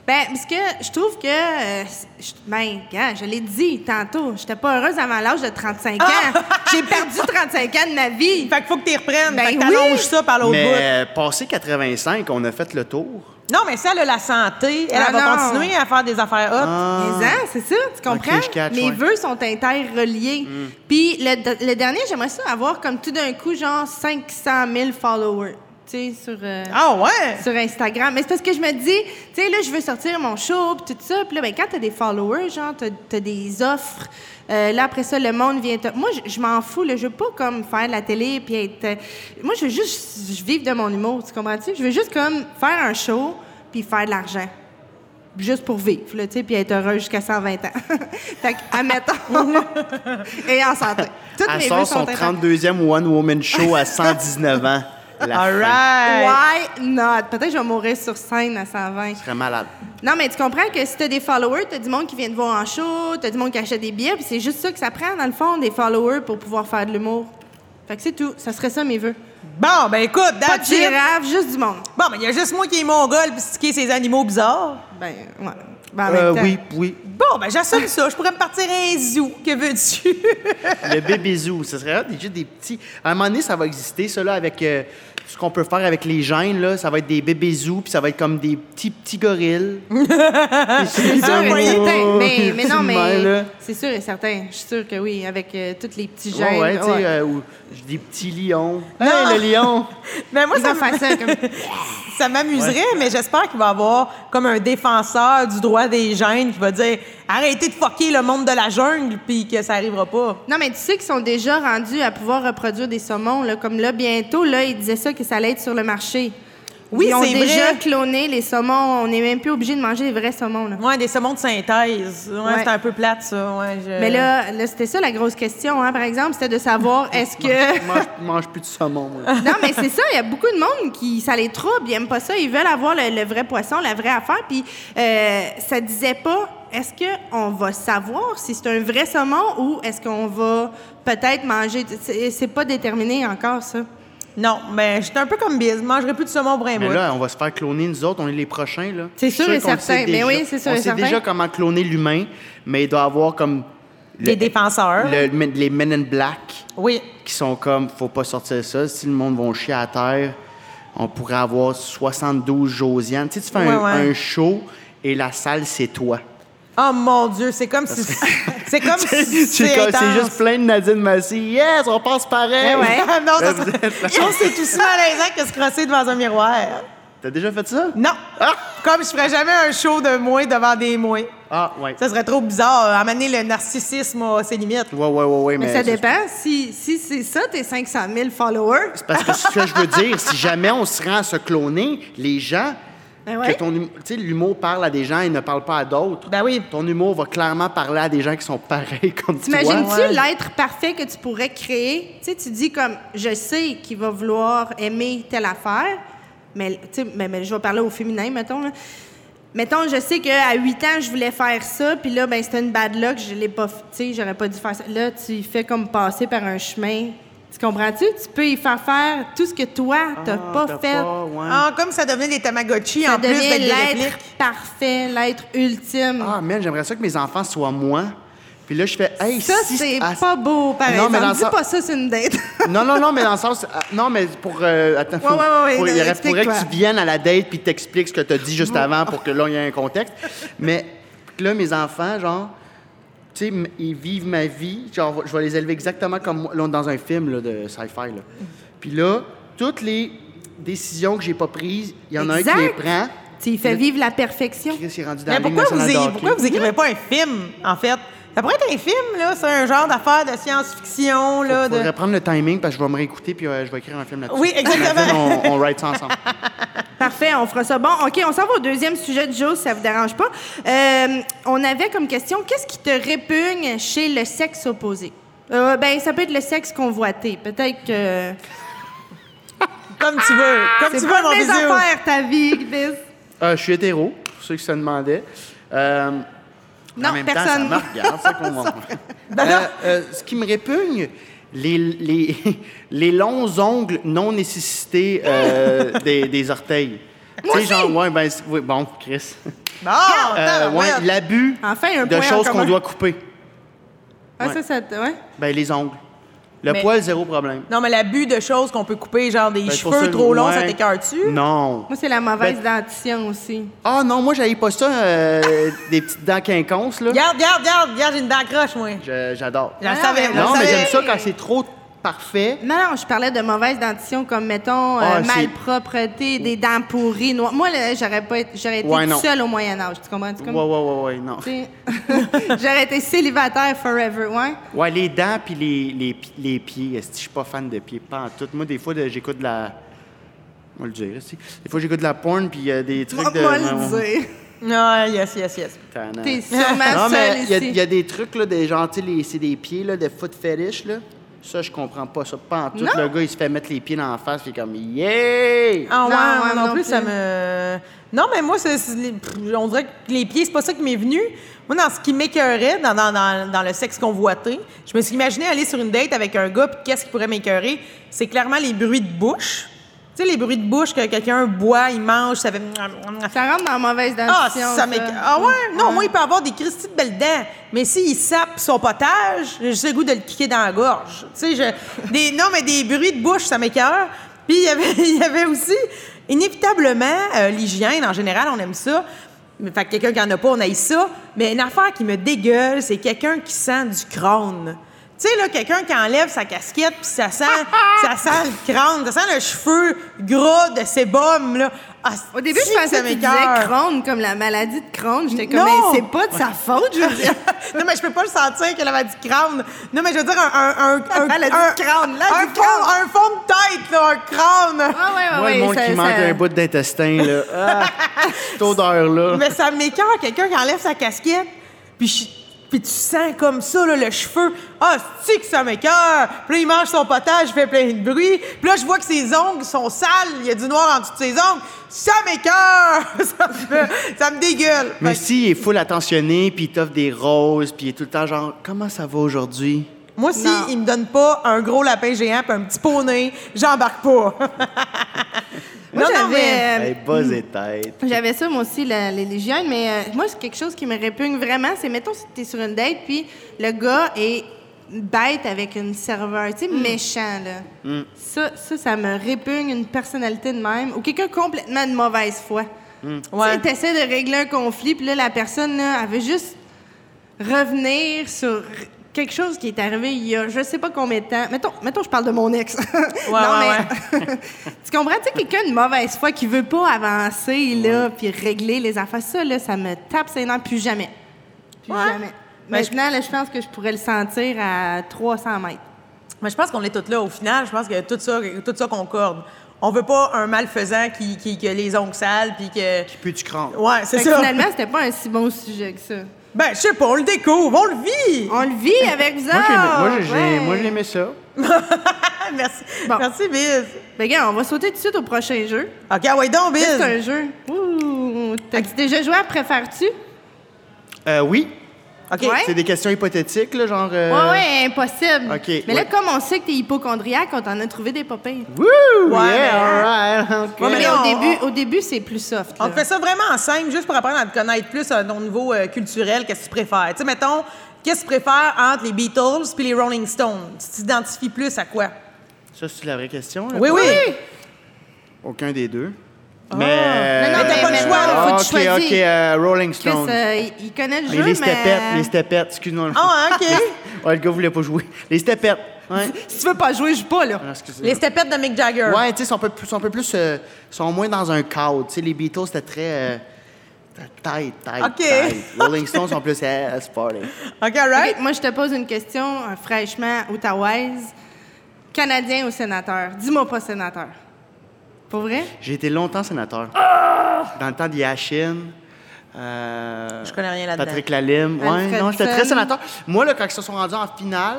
Speaker 3: Ben, parce que je trouve que, euh, je, ben, gars, je l'ai dit tantôt, j'étais pas heureuse avant l'âge de 35 ans.
Speaker 5: Ah!
Speaker 3: J'ai perdu 35 ans de ma vie.
Speaker 4: Fait qu'il faut que tu reprennes.
Speaker 3: Ben
Speaker 4: fait que t'allonges
Speaker 3: oui.
Speaker 4: ça par l'autre bout.
Speaker 5: Mais passé 85, on a fait le tour.
Speaker 4: Non, mais ça, elle a la santé. Elle,
Speaker 3: Ah
Speaker 4: elle va
Speaker 3: non.
Speaker 4: continuer à faire des affaires hot.
Speaker 3: Mais hein, c'est ça, tu comprends?
Speaker 5: Ok, je catch,
Speaker 3: Mes
Speaker 5: ouais. Mm.
Speaker 3: vœux sont interreliés. Puis le, le dernier, j'aimerais ça avoir comme tout d'un coup, genre 500 000 followers, tu sais, sur, euh,
Speaker 4: Ah ouais?
Speaker 3: sur Instagram. Mais c'est parce que je me dis, tu sais, là, je veux sortir mon show, puis tout ça. Puis là, ben, quand t'as des followers, genre, t'as t'as des offres. Euh, là, après ça, le monde vient te... Moi, je- je m'en fous, là. Je veux pas, comme, faire de la télé, puis être... euh, Moi, je veux juste je vivre de mon humour, tu comprends-tu? Je veux juste, comme, faire un show, puis faire de l'argent juste pour vivre, là, tu sais, puis être heureux jusqu'à 120 ans. fait que, admettons, et en santé. Toutes
Speaker 5: Elle
Speaker 3: mes
Speaker 5: sort
Speaker 3: vœux sont
Speaker 5: son 32e One Woman Show à 119 ans. La
Speaker 4: All
Speaker 5: fin.
Speaker 4: right.
Speaker 3: Why not? Peut-être que je vais mourir sur scène à 120.
Speaker 5: Je serais malade.
Speaker 3: Non, mais tu comprends que si t'as des followers, t'as du monde qui vient te voir en show, t'as du monde qui achète des billets, puis c'est juste ça que ça prend, dans le fond, des followers pour pouvoir faire de l'humour. Fait que c'est tout. Ça serait ça, mes vœux.
Speaker 4: Bon, ben écoute,
Speaker 3: Pas de
Speaker 4: that's it.
Speaker 3: girafe, juste du monde.
Speaker 4: Bon, ben il y a juste moi qui est mongol pis qui est ces animaux bizarres.
Speaker 3: Ben, ouais. Ben, en
Speaker 5: Euh,
Speaker 3: même temps.
Speaker 5: oui, oui.
Speaker 4: Bon, ben j'assume ça. Je pourrais me partir à un zoo. Que veux-tu?
Speaker 5: Le bébé zoo, ce serait hot, juste des petits. À un moment donné, ça va exister, ça, là, avec euh, ce qu'on peut faire avec les gènes, là. Ça va être des bébés zoos, puis ça va être comme des petits, petits gorilles. Ah,
Speaker 3: C'est sûr et
Speaker 5: Ouais,
Speaker 3: Ah, certain.
Speaker 5: ouais,
Speaker 3: Mais, mais non,
Speaker 5: c'est mal, là.
Speaker 3: mais c'est sûr et certain. Je suis sûre que oui, avec euh, tous les petits
Speaker 5: Ouais,
Speaker 3: jeunes.
Speaker 5: ouais, tu sais,
Speaker 3: ouais.
Speaker 5: euh, ou des petits lions.
Speaker 4: Non.
Speaker 5: Hey, le lion!
Speaker 4: Mais Ben, moi,
Speaker 3: Ils
Speaker 4: ça
Speaker 3: vont
Speaker 4: me-
Speaker 3: faire ça comme...
Speaker 4: ça m'amuserait, mais j'espère qu'il va y avoir comme un défenseur du droit des jeunes qui va dire arrêtez de fucker le monde de la jungle puis que ça arrivera pas.
Speaker 3: Non, mais tu sais qu'ils sont déjà rendus à pouvoir reproduire des saumons. Là, comme là, bientôt, là, ils disaient ça que ça allait être sur le marché.
Speaker 4: Oui,
Speaker 3: Ils ont
Speaker 4: c'est
Speaker 3: déjà
Speaker 4: vrai.
Speaker 3: cloné les saumons. On n'est même plus obligé de manger les vrais saumons. là.
Speaker 4: Ouais, des saumons de synthèse. Ouais,
Speaker 3: Ouais.
Speaker 4: c'est un peu plate, ça. Ouais, je-
Speaker 3: Mais là, là, c'était ça la grosse question, hein, par exemple, c'était de savoir est-ce que.
Speaker 5: mange, mange plus de saumon, moi.
Speaker 3: Non, mais c'est ça, il y a beaucoup de monde qui, ça les trouble, ils aiment pas ça, ils veulent avoir le, le vrai poisson, la vraie affaire, puis euh, ça disait pas est-ce qu'on va savoir si c'est un vrai saumon ou est-ce qu'on va peut-être manger? C'est c'est pas déterminé encore, ça.
Speaker 4: Non, mais j'étais un peu comme Biz. Je mangerais plus de saumon brin
Speaker 5: Mais là, on va se faire cloner nous autres, on est les prochains. là.
Speaker 3: C'est
Speaker 5: Je suis
Speaker 3: sûr et
Speaker 5: qu'on le sait
Speaker 3: certain. Mais
Speaker 5: déjà.
Speaker 3: oui, c'est sûr
Speaker 5: On
Speaker 3: et
Speaker 5: sait
Speaker 3: certain.
Speaker 5: déjà comment cloner l'humain, mais il doit avoir comme. le-
Speaker 4: Les défenseurs.
Speaker 5: le- le- les Men in Black
Speaker 4: Oui.
Speaker 5: qui sont comme, faut pas sortir ça. Si le monde va chier à terre, on pourrait avoir 72 Josiane. Tu sais, tu fais un,
Speaker 4: Ouais, ouais.
Speaker 5: un show et la salle, c'est toi.
Speaker 4: Oh mon Dieu, c'est comme si. C'est comme si.
Speaker 5: C'est comme- c'est
Speaker 4: intense. Eh
Speaker 5: juste plein de Nadine Massy. Yes, on pense pareil.
Speaker 3: Ouais, ouais.
Speaker 4: non, ça serait- Je trouve que c'est aussi malaisant que se crosser devant un miroir.
Speaker 5: T'as déjà fait ça?
Speaker 4: Non.
Speaker 5: Ah!
Speaker 4: Comme je ferais jamais un show de moi devant des moi.
Speaker 5: Ah, ouais.
Speaker 4: Ça serait trop bizarre. Amener le narcissisme à ses limites.
Speaker 5: Ouais, ouais, ouais, ouais.
Speaker 3: Mais, ça
Speaker 5: c'est-
Speaker 3: dépend. Si, si c'est ça, tes 500 000 followers,
Speaker 5: Parce que ce que je veux dire, si jamais on se rend à se cloner, les gens.
Speaker 3: Ben ouais.
Speaker 5: que ton hum- tu sais, l'humour parle à des gens et ne parle pas à d'autres.
Speaker 4: Ben oui.
Speaker 5: Ton humour va clairement parler à des gens qui sont pareils comme toi.
Speaker 3: T'imagines-tu
Speaker 4: Ouais.
Speaker 3: l'être parfait que tu pourrais créer? Tu sais, tu dis comme, je sais qu'il va vouloir aimer telle affaire, mais, tu sais, mais, mais je vais parler au féminin, mettons. là. Mettons, je sais qu'à 8 ans, je voulais faire ça, puis là, ben, c'était une bad luck, je l'ai pas, f- tu sais, j'aurais pas dû faire ça. Là, tu y fais comme passer par un chemin. Tu comprends-tu? Tu peux y faire faire tout ce que toi, t'as
Speaker 5: Ah,
Speaker 3: pas
Speaker 5: t'as
Speaker 3: fait.
Speaker 5: pas, ouais.
Speaker 4: Ah, comme ça devenait des Tamagotchi
Speaker 3: Ça
Speaker 4: en plus
Speaker 3: devient
Speaker 4: d'être des répliques.
Speaker 3: l'être parfait, l'être ultime.
Speaker 5: Ah, man, j'aimerais ça que mes enfants soient moi. Puis là, je fais, hey,
Speaker 3: ça,
Speaker 5: si-
Speaker 3: c'est
Speaker 5: ah,
Speaker 3: pas beau, par
Speaker 5: Non, mais
Speaker 3: exemple.
Speaker 5: dans
Speaker 3: Dis
Speaker 5: ça-
Speaker 3: pas ça, c'est une date.
Speaker 5: Non, non, non, mais dans le sens. ah, Non, mais pour. euh, attends, faut,
Speaker 3: Ouais, ouais, ouais,
Speaker 5: faut- il
Speaker 3: non,
Speaker 5: aurait- faudrait
Speaker 3: explique-toi.
Speaker 5: que tu viennes à la date puis t'expliques ce que t'as dit juste avant pour que là, il y ait un contexte. Mais là, mes enfants, genre. Tu sais, m- ils vivent ma vie. Genre, je vais les élever exactement comme moi, là, on est dans un film là, de sci-fi. Là.
Speaker 3: Mm.
Speaker 5: Puis là, toutes les décisions que j'ai pas prises, il y en a un qui les
Speaker 3: Exact.
Speaker 5: prend.
Speaker 3: Tu y fais vivre la perfection.
Speaker 5: Chris il est rendu dans
Speaker 4: Mais
Speaker 5: la Ligue
Speaker 4: pourquoi vous,
Speaker 5: nationale de
Speaker 4: é-
Speaker 5: hockey.
Speaker 4: pourquoi vous écrivez pas un film, en fait? Ça pourrait être un film, là. C'est un genre d'affaire de science-fiction, là.
Speaker 5: Faudrait
Speaker 4: De...
Speaker 5: prendre le timing parce que je vais me réécouter puis euh, je vais écrire un film là-dessus.
Speaker 4: Oui, exactement.
Speaker 5: On, on write ça ensemble.
Speaker 3: Parfait, on fera ça. Bon, OK, on s'en va au deuxième sujet du jour, si ça vous dérange pas. Euh, on avait comme question, qu'est-ce qui te répugne chez le sexe opposé? Euh, ben, ça peut être le sexe convoité. Peut-être que...
Speaker 4: Comme tu veux. Comme tu
Speaker 3: C'est
Speaker 4: veux,
Speaker 3: pas
Speaker 4: mon
Speaker 3: tes
Speaker 4: bisou.
Speaker 3: affaires, ta vie, Biz.
Speaker 5: Euh, je suis hétéro, pour ceux qui se demandaient. Euh, en
Speaker 3: Non,
Speaker 5: même Temps, ça
Speaker 3: personne.
Speaker 5: me regarde, ça qu'on va- Euh, euh, ce qui me répugne, les, les, les longs ongles non nécessités euh, des, des orteils. Tu sais, genre, ouais, ben, c'est- oui, bon, Chris.
Speaker 4: Bon,
Speaker 5: Euh,
Speaker 4: attends,
Speaker 5: ouais,
Speaker 4: ouais.
Speaker 5: l'abus
Speaker 3: Enfin, un
Speaker 5: de
Speaker 3: point en
Speaker 5: choses qu'on
Speaker 3: commun.
Speaker 5: doit couper.
Speaker 3: ah, ça, ça... te- Ouais.
Speaker 5: Ben, les ongles. Le
Speaker 4: Mais-
Speaker 5: poil, zéro problème.
Speaker 4: Non, mais l'abus de choses qu'on peut couper, genre des
Speaker 5: Ben, c'est pour
Speaker 4: cheveux
Speaker 5: ça-
Speaker 4: trop longs, ça
Speaker 5: ouais.
Speaker 4: t'écœure-tu?
Speaker 5: Non.
Speaker 3: Moi, c'est la mauvaise
Speaker 5: Ben-
Speaker 3: dentition aussi.
Speaker 5: Ah non, moi, j'avais pas ça, euh, des petites dents quinconces, là.
Speaker 4: Garde, garde, garde, garde, j'ai une dent croche, moi.
Speaker 5: Je- J'adore.
Speaker 4: Je la
Speaker 3: Non,
Speaker 4: savais,
Speaker 3: mais-
Speaker 4: je la
Speaker 5: Ah, Non, mais
Speaker 4: savais.
Speaker 5: j'aime ça quand c'est trop parfait.
Speaker 3: Non, non, je parlais de mauvaise dentition, comme, mettons, euh,
Speaker 5: Ah, c'est-
Speaker 3: malpropreté, des dents pourries, noires. Moi, là, j'aurais pas été, j'aurais été
Speaker 5: Ouais, non.
Speaker 3: toute seule au Moyen-Âge, tu comprends? Tu
Speaker 5: Ouais,
Speaker 3: comme-
Speaker 5: ouais, ouais, ouais, non.
Speaker 3: T'sais, J'aurais été célibataire forever, ouais.
Speaker 5: Ouais, les dents puis les, les, pi- les pieds. esti, Je suis pas fan de pieds, pas en tout. Moi, des fois, de- j'écoute de la. On va le dire, esti. Des fois, j'écoute de la porn puis euh, des trucs
Speaker 3: Moi,
Speaker 5: de.
Speaker 3: moi le dire.
Speaker 4: Non, Ah, yes, yes, yes.
Speaker 5: Tabarnak.
Speaker 3: T'es sûrement seule
Speaker 5: Non, mais il y a-
Speaker 3: ici.
Speaker 5: il y, a des trucs, là, des gens, tu sais, les- c'est des pieds, là, de foot fetish, là. Ça, je comprends pas ça. Pas en tout.
Speaker 3: Non.
Speaker 5: Le gars, il se fait mettre les pieds dans la face, puis il est comme, yeah!
Speaker 4: Ah ouais,
Speaker 3: Non,
Speaker 4: moi
Speaker 3: ouais,
Speaker 4: non,
Speaker 3: non
Speaker 4: plus, ça
Speaker 3: plus.
Speaker 4: me... Non, mais moi, c'est- c'est les- pff, on dirait que les pieds, c'est pas ça qui m'est venu. Moi, dans ce qui m'écœurait, dans, dans, dans, dans le sexe convoité, je me suis imaginé aller sur une date avec un gars, puis qu'est-ce qui pourrait m'écœurer? C'est clairement les bruits de bouche. Tu sais, les bruits de bouche que quelqu'un boit, il mange, ça fait...
Speaker 3: Ça rentre dans la mauvaise
Speaker 4: Ah,
Speaker 3: dentition.
Speaker 4: ça m'écoeure. Ah ouais? Non, moi, il peut avoir des cristis de belles dents. Mais s'il sape son potage, j'ai juste le goût de le kicker dans la gorge. Tu sais, je... des... non, mais des bruits de bouche, ça m'écœure. Puis il y avait, il y avait aussi, inévitablement, euh, l'hygiène, en général, on aime ça. Mais, Fait que quelqu'un qui en a pas, on aille ça. Mais une affaire qui me dégueule, c'est quelqu'un qui sent du crâne. Tu sais, là, quelqu'un qui enlève sa casquette, puis ça sent, ça sent le crâne, ça sent le cheveu gras de sébum, là. Ah,
Speaker 3: Au début, je pensais que tu disais Crohn, comme la maladie de Crohn. J'étais comme,
Speaker 4: Non!
Speaker 3: mais c'est pas de sa faute, je veux dire.
Speaker 4: non, mais je peux pas le sentir qu'elle avait du crâne. Non, mais je veux dire, un. un, un, un
Speaker 3: Elle a dit
Speaker 4: un-
Speaker 3: crâne, là,
Speaker 4: un
Speaker 3: du
Speaker 4: fond,
Speaker 3: crâne.
Speaker 4: un fond de tête, là, un crâne.
Speaker 3: Ah ouais, ouais,
Speaker 5: Moi,
Speaker 3: ouais.
Speaker 5: le monde
Speaker 3: ça-
Speaker 5: qui manque
Speaker 3: ça-
Speaker 5: un bout d'intestin, là. Ah, cette odeur-là.
Speaker 4: Mais ça m'écœure quelqu'un qui enlève sa casquette. Puis je- puis tu sens comme ça, là, le cheveu. Ah, c'est que ça m'écœure. Puis là, il mange son potage, il fait plein de bruit. Puis là, je vois que ses ongles sont sales, il y a du noir en dessous de ses ongles. Ça m'écœure! ça, me, ça me dégueule.
Speaker 5: Mais
Speaker 4: Fait que
Speaker 5: si, il est full attentionné, puis il t'offre des roses, puis il est tout le temps genre, comment ça va aujourd'hui?
Speaker 4: moi, si
Speaker 3: Non.
Speaker 4: il me donne pas un gros lapin géant puis un petit poney, j'embarque pas.
Speaker 3: Moi, j'avais. euh,
Speaker 5: Hey, buzz et tête.
Speaker 3: J'avais ça, moi aussi, la- les- l'hygiène, mais euh, moi, c'est quelque chose qui me répugne vraiment. C'est, mettons, si t'es sur une date, puis le gars est bête avec une serveur, tu sais, méchant, là. Ça, ça, ça me répugne une personnalité de même, ou quelqu'un complètement de mauvaise foi.
Speaker 4: Ouais.
Speaker 3: Tu sais, t'essaies de régler un conflit, puis là, la personne, là, elle veut juste revenir sur quelque chose qui est arrivé il y a je sais pas combien de temps. Mettons, mettons je parle de mon ex. non,
Speaker 4: ouais,
Speaker 3: mais tu comprends? Tu sais, quelqu'un de mauvaise foi qui veut pas avancer, là, puis régler les affaires, ça, là, ça me tape ses nerfs plus jamais. Plus
Speaker 4: Ouais.
Speaker 3: jamais.
Speaker 4: Ben,
Speaker 3: Maintenant, là, je pense que je pourrais le sentir à 300 mètres.
Speaker 4: Mais je pense qu'on est toutes là au final. Je pense que tout ça, tout ça concorde. On veut pas un malfaisant qui, qui, qui a les ongles sales puis que.
Speaker 5: Puis tu crampes.
Speaker 4: Ouais, c'est
Speaker 3: Fait que
Speaker 4: ça.
Speaker 3: finalement, c'était pas un si bon sujet que ça.
Speaker 4: Ben, je sais pas, on le découvre, on le vit.
Speaker 3: On le vit avec vous
Speaker 5: Moi, j'ai-
Speaker 3: autres,
Speaker 5: moi, j'ai- j'ai-
Speaker 3: ouais.
Speaker 5: moi, j'aimais ça.
Speaker 4: Ah, merci.
Speaker 3: Bon.
Speaker 4: Merci, Biz.
Speaker 3: Ben, regarde, on va sauter tout de suite au prochain jeu.
Speaker 4: OK, ah ouais, donc, Biz.
Speaker 3: C'est un jeu. Ouh! T'as déjà joué à Préfères-tu?
Speaker 5: Euh, oui.
Speaker 4: OK.
Speaker 3: Ouais.
Speaker 5: C'est des questions hypothétiques, là, genre. euh,
Speaker 3: Ouais, ouais, impossible.
Speaker 5: OK,
Speaker 3: Mais là,
Speaker 5: ouais. Ben
Speaker 3: comme on sait que t'es hypochondriaque, on t'en a trouvé des popins.
Speaker 5: Woo!
Speaker 4: Ouais, mais-
Speaker 5: yeah, all right. ok.
Speaker 4: Ouais, mais
Speaker 3: Mais
Speaker 4: là,
Speaker 3: au
Speaker 4: on-
Speaker 3: début, au début c'est plus soft. là.
Speaker 4: On te fait ça vraiment en simple, juste pour apprendre à te connaître plus à ton niveau euh, culturel. Qu'est-ce que tu préfères? Tu sais, mettons, qu'est-ce que tu préfères entre les Beatles puis les Rolling Stones? Tu t'identifies plus à quoi?
Speaker 5: Ça, c'est la vraie question. là,
Speaker 4: Oui,
Speaker 5: pas-
Speaker 4: oui.
Speaker 5: Aucun des deux. Mais.
Speaker 3: Non, non,
Speaker 4: Mais t'as
Speaker 3: mais-
Speaker 4: pas le
Speaker 3: mais-
Speaker 4: choix, là,
Speaker 3: faut
Speaker 5: Ah,
Speaker 3: que tu
Speaker 5: ok,
Speaker 3: choisisses.
Speaker 5: ok, euh, Rolling
Speaker 3: Chris,
Speaker 5: Stone.
Speaker 3: euh, il- il connaît le
Speaker 5: Ah,
Speaker 3: jeu,
Speaker 5: les
Speaker 3: mais...
Speaker 5: stepettes, les stepettes, excuse-moi.
Speaker 4: Ah, ouais, OK.
Speaker 5: Ouais, le gars voulait pas jouer. Les stepettes. Ouais.
Speaker 3: Si tu veux pas jouer, je joue pas, là.
Speaker 5: Ah, excusez.
Speaker 4: les stepettes de Mick Jagger.
Speaker 5: Ouais, tu sais, sont un peu plus, sont un peu plus, euh, sont moins dans un cadre. Tu sais, les Beatles c'était très euh, tight, tight,
Speaker 4: Ok.
Speaker 5: tight. Rolling Stones sont plus euh, sporty.
Speaker 4: OK, all
Speaker 3: Ok,
Speaker 4: right?
Speaker 3: moi, je te pose une question euh, fraîchement outaouaise. Canadien ou sénateur? Dis-moi pas sénateur. Pour vrai?
Speaker 5: J'ai été longtemps sénateur. Dans le temps d'Yachine. Euh,
Speaker 4: Ah! Je connais rien là-dedans.
Speaker 5: Patrick Lalime. Ouais,
Speaker 3: Alfredson.
Speaker 5: non, j'étais très sénateur. Moi, là, quand ils se sont rendus en finale,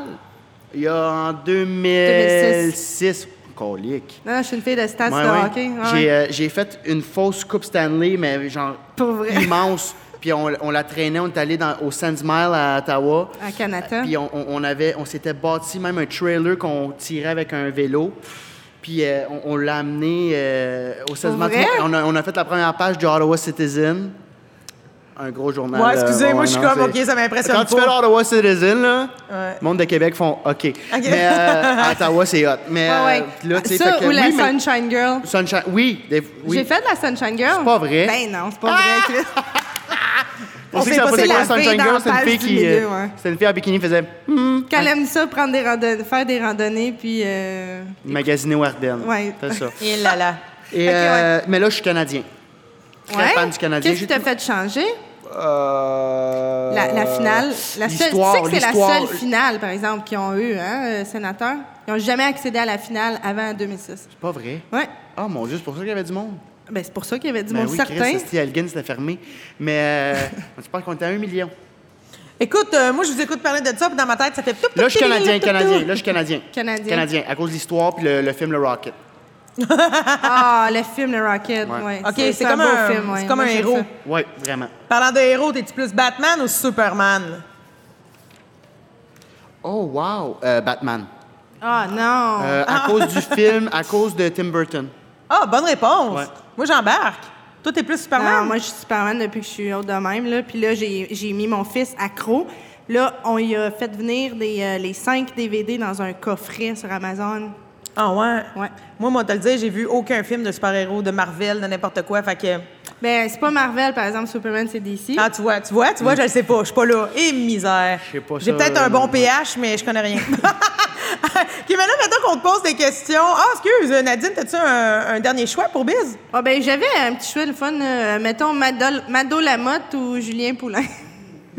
Speaker 5: il y a en
Speaker 3: 2006.
Speaker 5: 2006. Colique.
Speaker 3: Non, non, je suis une fille de stats
Speaker 5: Ouais,
Speaker 3: de
Speaker 5: ouais.
Speaker 3: hockey. ouais,
Speaker 5: J'ai,
Speaker 3: ouais.
Speaker 5: euh, j'ai fait une fausse Coupe Stanley, mais genre
Speaker 3: Pour vrai.
Speaker 5: immense. Puis on, on la traînait, on est allé dans- au Sands Mile à Ottawa.
Speaker 3: À Canada.
Speaker 5: Puis on, on- on avait, on s'était bâti même un trailer qu'on tirait avec un vélo. Puis euh, on, on l'a amené euh, au Sands
Speaker 3: Pour
Speaker 5: Mile.
Speaker 3: vrai?
Speaker 5: On a, on a fait la première page du Ottawa Citizen. Un gros journal.
Speaker 4: Ouais,
Speaker 5: euh,
Speaker 4: excusez, moi, je suis
Speaker 5: non,
Speaker 4: comme,
Speaker 5: c'est-
Speaker 4: OK, ça m'impressionne
Speaker 5: Quand tu
Speaker 4: pas.
Speaker 5: fais l'Ottawa Citizen, là,
Speaker 4: Ouais.
Speaker 5: le monde de Québec font OK. Mais euh, à Ottawa, c'est hot. Mais
Speaker 3: Ouais,
Speaker 5: euh,
Speaker 3: ouais.
Speaker 5: là, tu sais,
Speaker 3: Ça
Speaker 5: fait que-
Speaker 3: ou la
Speaker 5: oui, mais-
Speaker 3: Sunshine Girl?
Speaker 5: Sunshine- Oui, des- oui.
Speaker 3: J'ai fait de la Sunshine Girl.
Speaker 5: C'est pas vrai. Ah!
Speaker 3: Ben non, c'est pas vrai, Chris.
Speaker 5: On sait
Speaker 3: s'est
Speaker 5: que ça
Speaker 3: passé
Speaker 5: faisait quoi,
Speaker 3: la fille
Speaker 5: Sunshine
Speaker 3: dans
Speaker 5: Girl? C'est
Speaker 3: la
Speaker 5: une fille
Speaker 3: page du
Speaker 5: qui.
Speaker 3: milieu,
Speaker 5: euh,
Speaker 3: ouais.
Speaker 5: C'est une fille en bikini qui faisait hmm,
Speaker 3: Quand elle aime ça, prendre des randonnées, faire des randonnées, puis... euh,
Speaker 5: magasiner au Ardennes.
Speaker 3: Ouais.
Speaker 5: C'est ça.
Speaker 4: Et Eh là là.
Speaker 5: Et,
Speaker 3: Ok,
Speaker 5: euh, Mais là, je suis Canadien. Très
Speaker 3: ouais.
Speaker 5: fan du Canadien.
Speaker 3: Qu'est-ce qui t'a fait changer?
Speaker 5: Euh,
Speaker 3: La, la finale. La seule, tu
Speaker 5: l'histoire,
Speaker 3: sais que c'est la
Speaker 5: l'histoire.
Speaker 3: seule finale, par exemple, qu'ils ont eu, hein, euh, sénateur. Ils n'ont jamais accédé à la finale avant 2006.
Speaker 5: C'est pas vrai.
Speaker 3: Ouais.
Speaker 5: Ah mon Dieu, c'est pour ça qu'il y avait du monde.
Speaker 3: Ben, c'est pour ça qu'il y avait du
Speaker 5: Ben
Speaker 3: monde
Speaker 5: oui,
Speaker 3: certain.
Speaker 5: Chris, c'était Elgin, c'était fermé. Mais euh, je pense qu'on était à un million.
Speaker 4: Écoute, euh, moi, je vous écoute parler de ça, puis dans ma tête, ça fait tout.
Speaker 5: Là, je suis Canadien, Canadien. Là, je suis Canadien.
Speaker 3: Canadien.
Speaker 5: Canadien, à cause de l'histoire puis le, le film Le Rocket.
Speaker 3: Ah, le film Le Rocket. Ouais.
Speaker 5: Ouais.
Speaker 4: OK, c'est comme
Speaker 3: beau
Speaker 4: un,
Speaker 3: film, ouais.
Speaker 4: c'est comme
Speaker 3: Moi,
Speaker 4: un
Speaker 3: j'aime
Speaker 4: héros.
Speaker 3: ça.
Speaker 5: Ouais, vraiment.
Speaker 4: Parlant de héros, t'es-tu plus Batman ou Superman?
Speaker 5: Oh wow, Euh, Batman.
Speaker 3: Ah, non.
Speaker 5: Euh, à cause du film, à cause de Tim Burton.
Speaker 4: Ah, bonne réponse.
Speaker 5: Ouais.
Speaker 4: Moi, j'embarque. Toi, t'es plus
Speaker 3: Non,
Speaker 4: Superman?
Speaker 3: moi, je suis Superman depuis que je suis haute de même. Là. Puis là, j'ai j'ai mis mon fils accro. Là, on y a fait venir des, euh, les cinq DVD dans un coffret sur Amazon.
Speaker 4: Ah ouais?
Speaker 3: Ouais.
Speaker 4: Moi, moi, te le dire, j'ai vu aucun film de super-héros, de Marvel, de n'importe quoi. Fait que...
Speaker 3: Ben, c'est pas Marvel, par exemple, Superman, c'est DC.
Speaker 4: Ah, tu vois, tu vois, tu vois, je le sais pas. Je suis pas là. Et misère.
Speaker 5: Je sais pas
Speaker 4: J'ai
Speaker 5: ça,
Speaker 4: peut-être un
Speaker 5: euh,
Speaker 4: bon
Speaker 5: non.
Speaker 4: pH, mais je connais rien. OK, maintenant, maintenant qu'on te pose des questions... Ah, excuse, Nadine, t'as-tu un, un dernier choix pour Biz?
Speaker 3: Ah, ben, j'avais un petit choix le fun. euh, mettons Madol- Mado Lamotte ou Julien Poulain.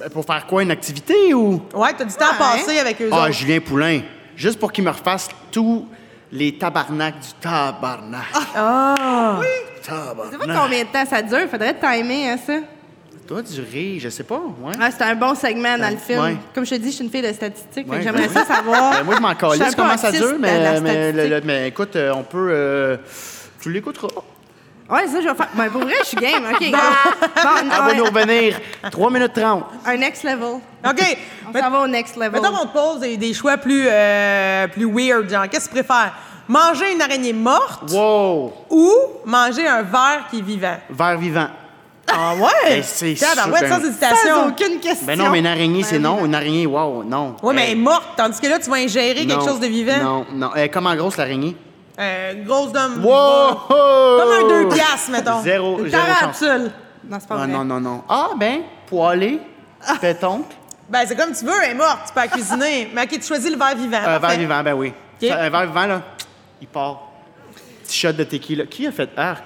Speaker 5: Ben, Pour faire quoi, une activité ou?
Speaker 4: Ouais, t'as du temps
Speaker 3: Ouais.
Speaker 4: passé avec eux
Speaker 5: Ah,
Speaker 4: autres.
Speaker 5: Julien Poulain. Juste pour qu'il me refasse tous les tabarnak du tabarnak.
Speaker 4: Ah!
Speaker 3: Je sais pas combien de temps ça dure. Faudrait timer, hein, ça.
Speaker 5: doit durer, je sais pas, ouais.
Speaker 3: Ah, c'est un bon segment dans le film.
Speaker 5: Ben, Ouais.
Speaker 3: Comme je te dis, je suis une fille de statistiques. fait que
Speaker 5: Ouais,
Speaker 3: J'aimerais
Speaker 5: ben
Speaker 3: ça savoir.
Speaker 5: Ben, moi, je m'en
Speaker 3: Je suis un
Speaker 5: calisse
Speaker 3: peu
Speaker 5: comment ça
Speaker 3: autiste
Speaker 5: dure,
Speaker 3: de la
Speaker 5: mais, mais, le- le-
Speaker 3: statistique.
Speaker 5: mais écoute, euh, on peut. euh, tu l'écouteras.
Speaker 3: Ouais, ça, je vais faire. Ben, pour vrai, je suis game. OK. Bon,
Speaker 5: Elle va nous
Speaker 3: un,
Speaker 5: revenir. 3 minutes 30.
Speaker 3: un next level.
Speaker 4: OK.
Speaker 3: On
Speaker 4: Mais-
Speaker 3: s'en va au next level.
Speaker 4: Mettons qu'on te pose des, des choix plus, euh, plus weird, genre, qu'est-ce que tu préfères? Manger une araignée morte
Speaker 5: Wow!
Speaker 4: ou manger un verre qui est vivant?
Speaker 5: Verre vivant.
Speaker 4: Ah ouais?
Speaker 5: Ben, c'est
Speaker 4: Tiens, ben,
Speaker 5: sûr,
Speaker 4: ouais,
Speaker 5: ben-
Speaker 4: sans
Speaker 3: Sans
Speaker 4: hésitation.
Speaker 3: aucune question.
Speaker 5: Ben non, mais une araignée, c'est
Speaker 3: Ben,
Speaker 5: non.
Speaker 3: vivant.
Speaker 5: Une araignée, wow, non.
Speaker 4: Oui, mais elle est
Speaker 5: Eh,
Speaker 4: morte, tandis que là, tu vas ingérer
Speaker 5: non,
Speaker 4: quelque chose de vivant.
Speaker 5: Non, non. Eh, comment grosse l'araignée?
Speaker 4: Euh, grosse dame.
Speaker 5: Wow!
Speaker 4: Comme un deux piastres, mettons.
Speaker 5: Zéro-
Speaker 4: Une
Speaker 5: zéro chance.
Speaker 4: tarentule.
Speaker 3: Non, c'est pas
Speaker 5: Ah,
Speaker 3: vrai.
Speaker 5: non, non, non. Ah, ben, poêlée, pétoncle,
Speaker 4: Ben, c'est comme tu veux, elle est morte, tu peux la cuisiner. Mais OK, tu choisis le verre vivant.
Speaker 5: un verre
Speaker 4: Ah, parfait.
Speaker 5: vivant, ben oui.
Speaker 4: Ok.
Speaker 5: Ça, Un verre vivant, là, il part. Petit shot de tequila. Qui a fait arc?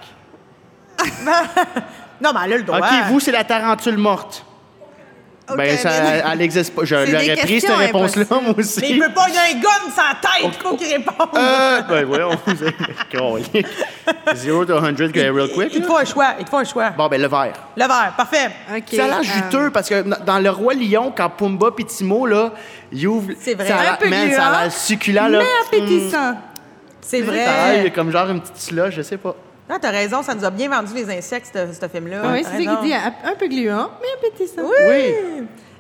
Speaker 4: Non, mais elle a le droit.
Speaker 5: OK, vous, c'est la tarentule morte.
Speaker 3: OK,
Speaker 5: ben, ça,
Speaker 3: ben, non.
Speaker 5: elle n'existe pas. Je
Speaker 3: C'est des
Speaker 5: l'aurais pris, cette
Speaker 3: questions
Speaker 5: réponse-là,
Speaker 3: impossibles.
Speaker 5: moi aussi.
Speaker 4: Mais il peut pas, il y a un gomme sans tête, faut qu'il réponde.
Speaker 5: Euh, ben, voyons. c'est- Zero to 100, real quick.
Speaker 4: Il te
Speaker 5: là.
Speaker 4: faut un choix, il te faut un choix.
Speaker 5: Bon, ben, le verre.
Speaker 4: Le verre, parfait.
Speaker 3: OK.
Speaker 5: ça a l'air
Speaker 3: euh,
Speaker 5: juteux parce que n- dans Le Roi Lion, quand Pumba et Timo, là, ils ouvrent.
Speaker 4: C'est vrai.
Speaker 5: Ça a
Speaker 4: Un
Speaker 5: l'air-
Speaker 3: peu
Speaker 5: man,
Speaker 3: gluant,
Speaker 5: ça a l'air succulent, là. hmm.
Speaker 3: Mais appétissant.
Speaker 4: C'est
Speaker 5: Ça a l'air
Speaker 4: vrai.
Speaker 5: comme genre une petite slush, je sais pas.
Speaker 4: Non, t'as raison, ça nous a bien vendu les insectes, ce, ce film-là.
Speaker 3: Ah Oui,
Speaker 4: T'as
Speaker 3: c'est ça
Speaker 4: raison.
Speaker 3: qu'il dit. Un un peu gluant, mais appétissant.
Speaker 5: Oui.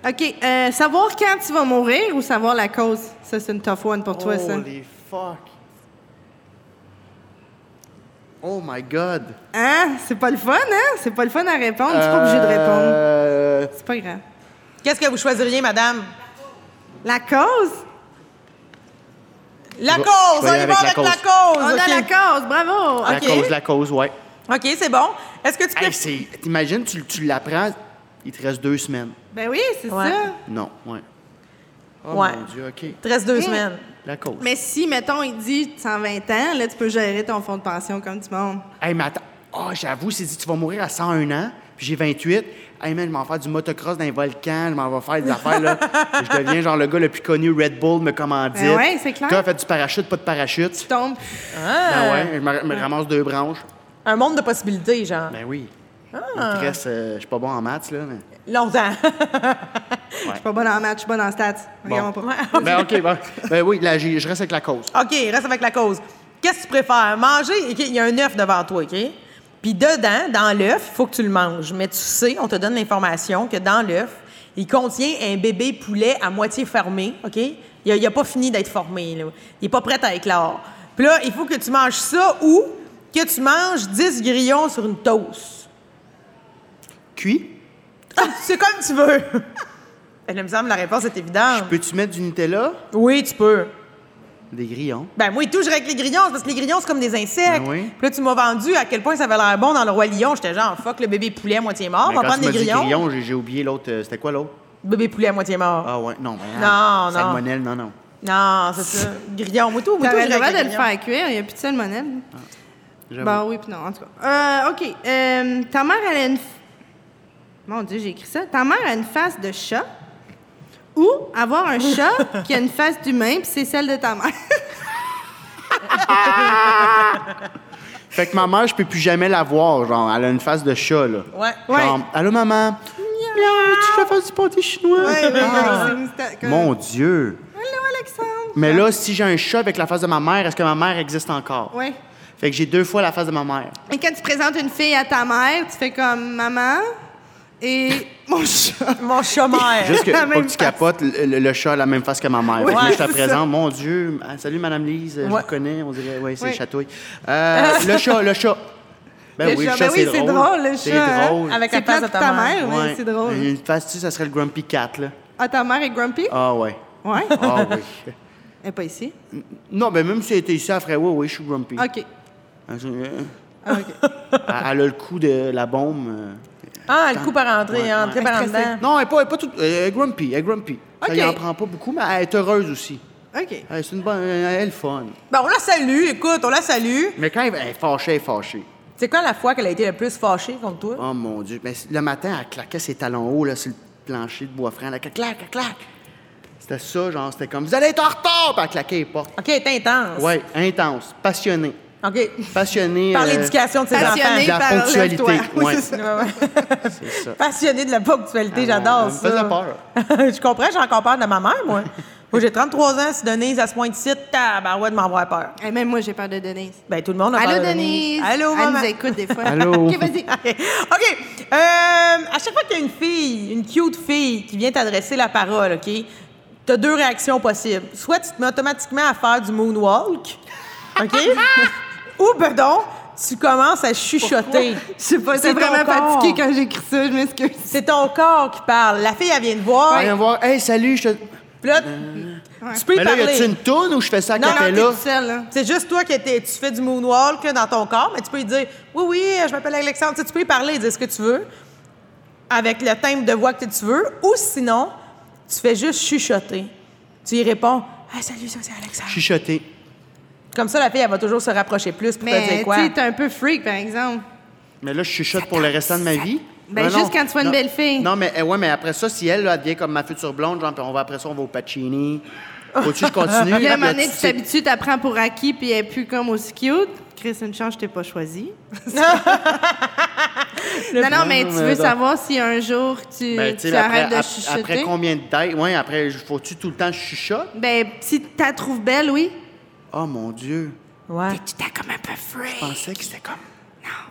Speaker 3: OK. euh, savoir quand tu vas mourir ou savoir la cause. Ça, c'est une tough one pour toi, ça.
Speaker 5: Holy fuck. Oh my god.
Speaker 3: Hein? C'est pas le fun, hein? C'est pas le fun à répondre. Tu pas obligé de répondre.
Speaker 5: Euh,
Speaker 3: C'est pas grave.
Speaker 4: Qu'est-ce que vous choisiriez, madame?
Speaker 3: La cause?
Speaker 4: La
Speaker 5: Je vais-
Speaker 4: cause!
Speaker 5: je
Speaker 4: On
Speaker 5: vais y
Speaker 4: y
Speaker 5: aller
Speaker 4: va avec
Speaker 5: avec la
Speaker 4: la
Speaker 5: cause. Ah.
Speaker 4: cause!
Speaker 3: On a
Speaker 4: OK.
Speaker 3: la cause, bravo!
Speaker 5: La
Speaker 4: Ok.
Speaker 5: cause, la cause, ouais.
Speaker 4: OK, c'est bon. Est-ce que tu peux...
Speaker 5: Hey, c'est- T'imagines, tu, tu l'apprends, il te reste deux semaines.
Speaker 3: Ben oui, c'est
Speaker 4: Ouais.
Speaker 3: ça.
Speaker 5: Non, ouais. Oh
Speaker 4: Ouais.
Speaker 5: mon dieu, ok.
Speaker 4: Il te reste deux
Speaker 3: Mm.
Speaker 4: semaines.
Speaker 5: La cause.
Speaker 3: Mais si, mettons, il dit 120 ans, là, tu peux gérer ton fonds de pension comme du monde.
Speaker 5: Hey, mais attends. Ah, j'avoue, c'est dit, tu vas mourir à 101 ans, puis j'ai 28. Hey, man, je m'en vais faire du motocross dans un volcan, je m'en vais faire des affaires, là. je deviens genre le gars le plus connu, Red Bull me commandite.
Speaker 3: Ben ouais, c'est clair.
Speaker 5: Toi, fait du parachute, pas de parachute.
Speaker 3: Tu tombes.
Speaker 5: Ben
Speaker 4: Euh,
Speaker 5: ouais, je me, me ramasse deux branches.
Speaker 4: Un monde de possibilités, genre.
Speaker 5: Ben oui.
Speaker 4: Ah.
Speaker 5: Il te reste, euh, je suis pas bon en maths, là, mais.
Speaker 4: Longtemps.
Speaker 3: Je suis pas bonne en maths, je suis bonne en stats. Regardons
Speaker 5: Bon.
Speaker 3: pas.
Speaker 5: ben, OK, bon. Ben oui, là, j'ai- je reste avec la cause.
Speaker 4: OK, reste avec la cause. Qu'est-ce que tu préfères? Manger, OK, il y a un œuf devant toi, OK? Puis dedans, dans l'œuf, il faut que tu le manges. Mais tu sais, on te donne l'information que dans l'œuf, il contient un bébé poulet à moitié fermé, OK? Il a, il a pas fini d'être formé, là. Il est pas prêt à éclore. Puis là, il faut que tu manges ça ou que tu manges 10 grillons sur une toast.
Speaker 5: Cuit?
Speaker 4: C'est comme tu veux. Ben, il me semble que la réponse est évidente.
Speaker 5: Peux-tu mettre du Nutella?
Speaker 4: Oui, tu peux.
Speaker 5: Des grillons.
Speaker 4: Ben moi, il touche avec les grillons, parce que les grillons, c'est comme des insectes.
Speaker 5: Ben oui.
Speaker 4: Puis là, tu m'as vendu à quel point ça avait l'air bon dans le Roi Lion. J'étais genre, fuck, le bébé poulet à moitié mort,
Speaker 5: Ben,
Speaker 4: Ah, on
Speaker 5: quand
Speaker 4: va prendre
Speaker 5: tu
Speaker 4: des
Speaker 5: m'as dit
Speaker 4: grillons.
Speaker 5: j'ai- j'ai oublié l'autre. euh, C'était quoi l'autre?
Speaker 4: Bébé poulet à moitié mort.
Speaker 5: Ah ouais, non, ben.
Speaker 4: Non, non.
Speaker 5: Salmonelle, non, non.
Speaker 4: Non, c'est ça. Grillon, moi tout, moi tout,
Speaker 3: T'aurais le
Speaker 4: j'irais
Speaker 3: droit
Speaker 4: avec
Speaker 3: de
Speaker 4: les
Speaker 3: le
Speaker 4: grillons.
Speaker 3: faire cuire, il n'y a plus de salmonelle.
Speaker 5: J'avoue.
Speaker 3: Bah oui, puis non, en tout cas. Euh, OK. euh, ta mère, elle a une. f- Mon Dieu, j'ai écrit ça. Ta mère a une face de chat ou avoir un chat qui a une face d'humain, puis c'est celle de ta mère.
Speaker 5: Fait que ma mère, je peux plus jamais la voir. Genre, elle a une face de chat, là.
Speaker 4: Ouais.
Speaker 5: Genre, allô, maman? Miaou, tu la face du pâté chinois? Ah. Mon Dieu!
Speaker 3: Allô, Alexandre.
Speaker 5: Mais là, si j'ai un chat avec la face de ma mère, est-ce que ma mère existe encore?
Speaker 3: Ouais.
Speaker 5: Fait que j'ai deux fois la face de ma mère.
Speaker 3: Et quand tu présentes une fille à ta mère, tu fais comme maman et mon chat.
Speaker 4: Mon chômeur.
Speaker 5: Juste que,
Speaker 3: La
Speaker 5: pas
Speaker 3: même
Speaker 5: que tu
Speaker 3: face.
Speaker 5: capotes, le, le- le chat a la même face que ma mère. Fait que
Speaker 4: Ouais,
Speaker 5: là, je te
Speaker 4: c'est
Speaker 5: la présente, mon Dieu. Ah, Salut, Madame Lise, je
Speaker 4: Ouais.
Speaker 5: vous connais. On dirait, oui, c'est
Speaker 3: Ouais.
Speaker 5: chatouille. Euh, le chat, le chat. Ben
Speaker 3: Le
Speaker 5: oui,
Speaker 3: chat.
Speaker 5: le chat,
Speaker 3: Ben oui, c'est drôle, le
Speaker 5: C'est
Speaker 3: chat, hein,
Speaker 5: drôle.
Speaker 4: Avec la
Speaker 3: C'est
Speaker 4: face
Speaker 3: plate
Speaker 4: de
Speaker 3: pour
Speaker 4: ta
Speaker 3: ta
Speaker 4: mère.
Speaker 3: mère, ouais,
Speaker 5: Ouais.
Speaker 3: c'est drôle.
Speaker 5: Une face, tu sais, ça serait le Grumpy Cat, là.
Speaker 3: Ah, ta mère est grumpy?
Speaker 5: Ah, ouais.
Speaker 3: Ouais.
Speaker 5: Ah, oui.
Speaker 3: Elle est pas ici.
Speaker 5: Non, ben même si elle était ici, elle ferait, oui, oui, je suis Grumpy.
Speaker 3: OK.
Speaker 5: Elle serait, euh,
Speaker 3: Ah, OK.
Speaker 5: elle a le coup de la bombe. euh.
Speaker 4: Ah, le coup par entrée,
Speaker 5: Ouais,
Speaker 4: entrée
Speaker 3: ouais.
Speaker 4: par en
Speaker 3: Stressé.
Speaker 4: dedans.
Speaker 5: Non, elle n'est pas, elle est pas toute. Elle est grumpy, elle est grumpy. Ça,
Speaker 3: Ok.
Speaker 5: elle en prend pas beaucoup, mais elle est heureuse aussi.
Speaker 3: OK.
Speaker 5: Elle, c'est une bonne, elle est fun.
Speaker 4: Ben, on la salue, écoute, on la salue.
Speaker 5: Mais quand elle, elle est fâchée, elle est fâchée.
Speaker 4: C'est quand la fois qu'elle a été le plus fâchée contre toi?
Speaker 5: Oh mon Dieu. Mais le matin, elle claquait ses talons hauts là, sur le plancher de bois franc. Elle claque, claque, claque. C'était ça, genre, c'était comme Vous allez être en retard! Puis elle claquait les portes.
Speaker 4: OK, elle est intense.
Speaker 5: Ouais, intense, passionnée.
Speaker 4: OK.
Speaker 5: Passionné.
Speaker 4: Par
Speaker 5: euh,
Speaker 4: l'éducation de ses enfants.
Speaker 3: Passionné
Speaker 5: de la
Speaker 3: par
Speaker 5: ponctualité,
Speaker 3: lève-toi.
Speaker 4: Oui,
Speaker 5: ouais.
Speaker 4: c'est ça.
Speaker 5: C'est ça. Ah,
Speaker 4: Passionné de la ponctualité, j'adore
Speaker 5: Ça
Speaker 4: ça.
Speaker 5: me faisait peur.
Speaker 4: je comprends, j'ai encore peur de ma mère, moi. Moi, j'ai 33 ans, si Denise, à ce point de site, tabarouette, de m'avoir peur.
Speaker 3: Eh, même moi, j'ai peur de Denise.
Speaker 4: Ben, tout le monde a peur
Speaker 3: Allô,
Speaker 4: de
Speaker 3: Denise.
Speaker 4: Allô,
Speaker 3: Elle
Speaker 4: maman.
Speaker 3: nous écoute des fois.
Speaker 5: Allô.
Speaker 3: OK, vas-y.
Speaker 4: OK. Euh, à chaque fois qu'il y a une fille, une cute fille qui vient t'adresser la parole, OK, t'as deux réactions possibles. Soit tu te mets automatiquement à faire du moonwalk, OK, ou ben donc, tu commences à chuchoter.
Speaker 3: Je sais pas,
Speaker 4: C'est
Speaker 3: c'est vraiment
Speaker 4: ton corps.
Speaker 3: fatigué quand j'écris ça, je m'excuse.
Speaker 4: C'est ton corps qui parle. La fille, elle vient te voir.
Speaker 5: Viens voir. Hey, salut, je te.
Speaker 4: puis là, tu peux y
Speaker 5: Mais là, y
Speaker 4: parler.
Speaker 5: a-tu une toune ou je fais ça à
Speaker 4: Non, non,
Speaker 3: T'es
Speaker 5: capella?
Speaker 3: tout seul, hein.
Speaker 4: C'est juste toi qui t'es- tu fais du moonwalk là, dans ton corps, mais tu peux lui dire Oui, oui, je m'appelle Alexandre. Tu, sais, tu peux lui parler, dire ce que tu veux, avec le timbre de voix que tu veux, ou sinon, tu fais juste chuchoter. Tu y réponds Ah, salut, ça, c'est Alexandre.
Speaker 5: Chuchoter.
Speaker 4: Comme ça, la fille, elle va toujours se rapprocher plus pour te
Speaker 3: Mais
Speaker 4: dire quoi.
Speaker 3: tu sais, t'es un peu freak, par exemple.
Speaker 5: Mais là, je chuchote pour le restant de ma vie.
Speaker 3: Ben,
Speaker 5: Non,
Speaker 3: juste
Speaker 5: non.
Speaker 3: quand tu vois une
Speaker 5: Non.
Speaker 3: belle fille.
Speaker 5: Non, mais, eh, ouais, mais après ça, si elle, là, elle devient comme ma future blonde, genre, puis on va après ça, on va au Pacini. Faut-tu que je continue?
Speaker 3: Puis là, à un moment
Speaker 5: Là,
Speaker 3: donné,
Speaker 5: tu
Speaker 3: tu
Speaker 5: sais-
Speaker 3: t'habitues, t'apprends pour acquis, puis elle est plus comme aussi cute. Chris, une chance, je t'ai pas choisi. non, non, mais tu
Speaker 5: Non, mais
Speaker 3: veux
Speaker 5: non.
Speaker 3: savoir si un jour tu,
Speaker 5: Ben, tu
Speaker 3: tu
Speaker 5: sais, après,
Speaker 3: arrêtes de
Speaker 5: ap-
Speaker 3: chuchoter.
Speaker 5: après combien de dates? Ouais, après, faut-tu tout le temps que je chuchote?
Speaker 3: Ben, si tu la trouves belle, oui.
Speaker 5: Oh mon Dieu.
Speaker 4: Ouais.
Speaker 3: Tu t'as comme un peu
Speaker 5: Je
Speaker 3: freak.
Speaker 5: pensais que c'était comme.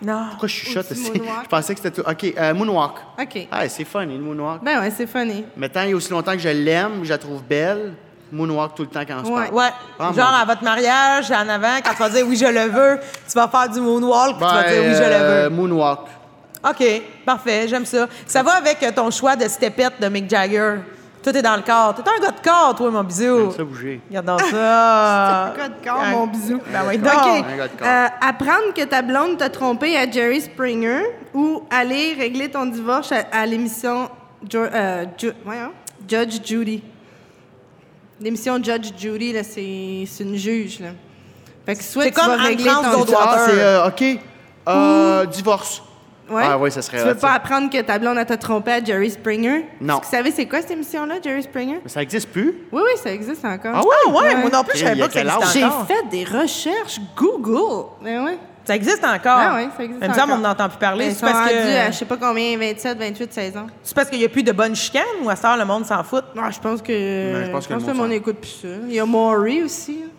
Speaker 4: Non.
Speaker 5: Pourquoi je chuchote
Speaker 3: Ou du
Speaker 5: aussi?
Speaker 3: moonwalk.
Speaker 5: Je pensais que c'était tout. OK, euh, Moonwalk.
Speaker 3: OK.
Speaker 5: Ah, c'est fun, le Moonwalk.
Speaker 3: Ben ouais, c'est funny.
Speaker 5: Mais tant et aussi longtemps que je l'aime, je la trouve belle, Moonwalk tout le temps quand on se
Speaker 3: Ouais.
Speaker 5: parle.
Speaker 4: Ouais.
Speaker 5: Ah,
Speaker 4: Genre,
Speaker 5: mon-
Speaker 4: à votre mariage, en avant, quand tu vas dire oui, je le veux, tu vas faire du moonwalk, puis tu vas
Speaker 5: Ben,
Speaker 4: dire oui, je le veux.
Speaker 5: euh, Moonwalk.
Speaker 4: OK, parfait, j'aime ça. Ça va avec euh, ton choix de stepette de Mick Jagger. Tout est dans le corps. T'es un gars de corps, toi, mon
Speaker 3: Oh.
Speaker 4: bisou.
Speaker 5: Ça bouger.
Speaker 4: Regarde dans ça.
Speaker 3: C'est un gars de corps, mon bisou.
Speaker 4: Ben oui,
Speaker 3: Ah
Speaker 5: Oh
Speaker 3: OK.
Speaker 4: donc.
Speaker 5: Un gars de corps.
Speaker 3: Euh, apprendre que ta blonde t'a trompé à Jerry Springer ou aller régler ton divorce à, à l'émission Jo- euh, Ju- voyons, Judge Judy. L'émission Judge Judy, là, c'est c'est une juge. Là. Fait que soit
Speaker 4: C'est
Speaker 3: tu
Speaker 4: comme
Speaker 3: vas
Speaker 4: Anne
Speaker 3: régler
Speaker 4: France
Speaker 3: ton
Speaker 4: Goldwater.
Speaker 3: divorce.
Speaker 5: Ah, c'est euh, OK. Euh, divorce.
Speaker 3: Ouais.
Speaker 5: Ah, oui, ça serait.
Speaker 3: Tu veux
Speaker 5: hot,
Speaker 3: pas
Speaker 5: ça.
Speaker 3: apprendre que ta blonde elle t'a trompé à Jerry Springer?
Speaker 5: Non.
Speaker 3: Est-ce que Vous savez, c'est quoi cette émission-là, Jerry Springer?
Speaker 5: Mais ça n'existe plus.
Speaker 3: Oui, oui, ça existe encore.
Speaker 4: Ah ouais, ouais, moi non plus, je
Speaker 5: Il
Speaker 4: savais
Speaker 5: y a
Speaker 4: pas que ça
Speaker 5: quel âge?
Speaker 4: existait
Speaker 3: J'ai
Speaker 4: encore.
Speaker 3: fait des recherches Google. Ben ouais.
Speaker 4: Ça existe encore.
Speaker 3: Ah ouais, ça existe
Speaker 4: Même ça,
Speaker 3: encore. Ben,
Speaker 4: on n'entend plus parler.
Speaker 3: Ils
Speaker 4: C'est
Speaker 3: sont
Speaker 4: parce,
Speaker 3: rendus à
Speaker 4: que...
Speaker 3: je sais pas combien, 27, 28 saisons.
Speaker 4: c'est parce qu'il n'y a plus de bonnes chicanes ou à ce heure, le monde s'en fout?
Speaker 3: Non, Ah, je pense que.
Speaker 5: je pense que le monde
Speaker 3: le monde
Speaker 5: s'en-
Speaker 3: n'écoute plus ça. Il y a Maury aussi. hein.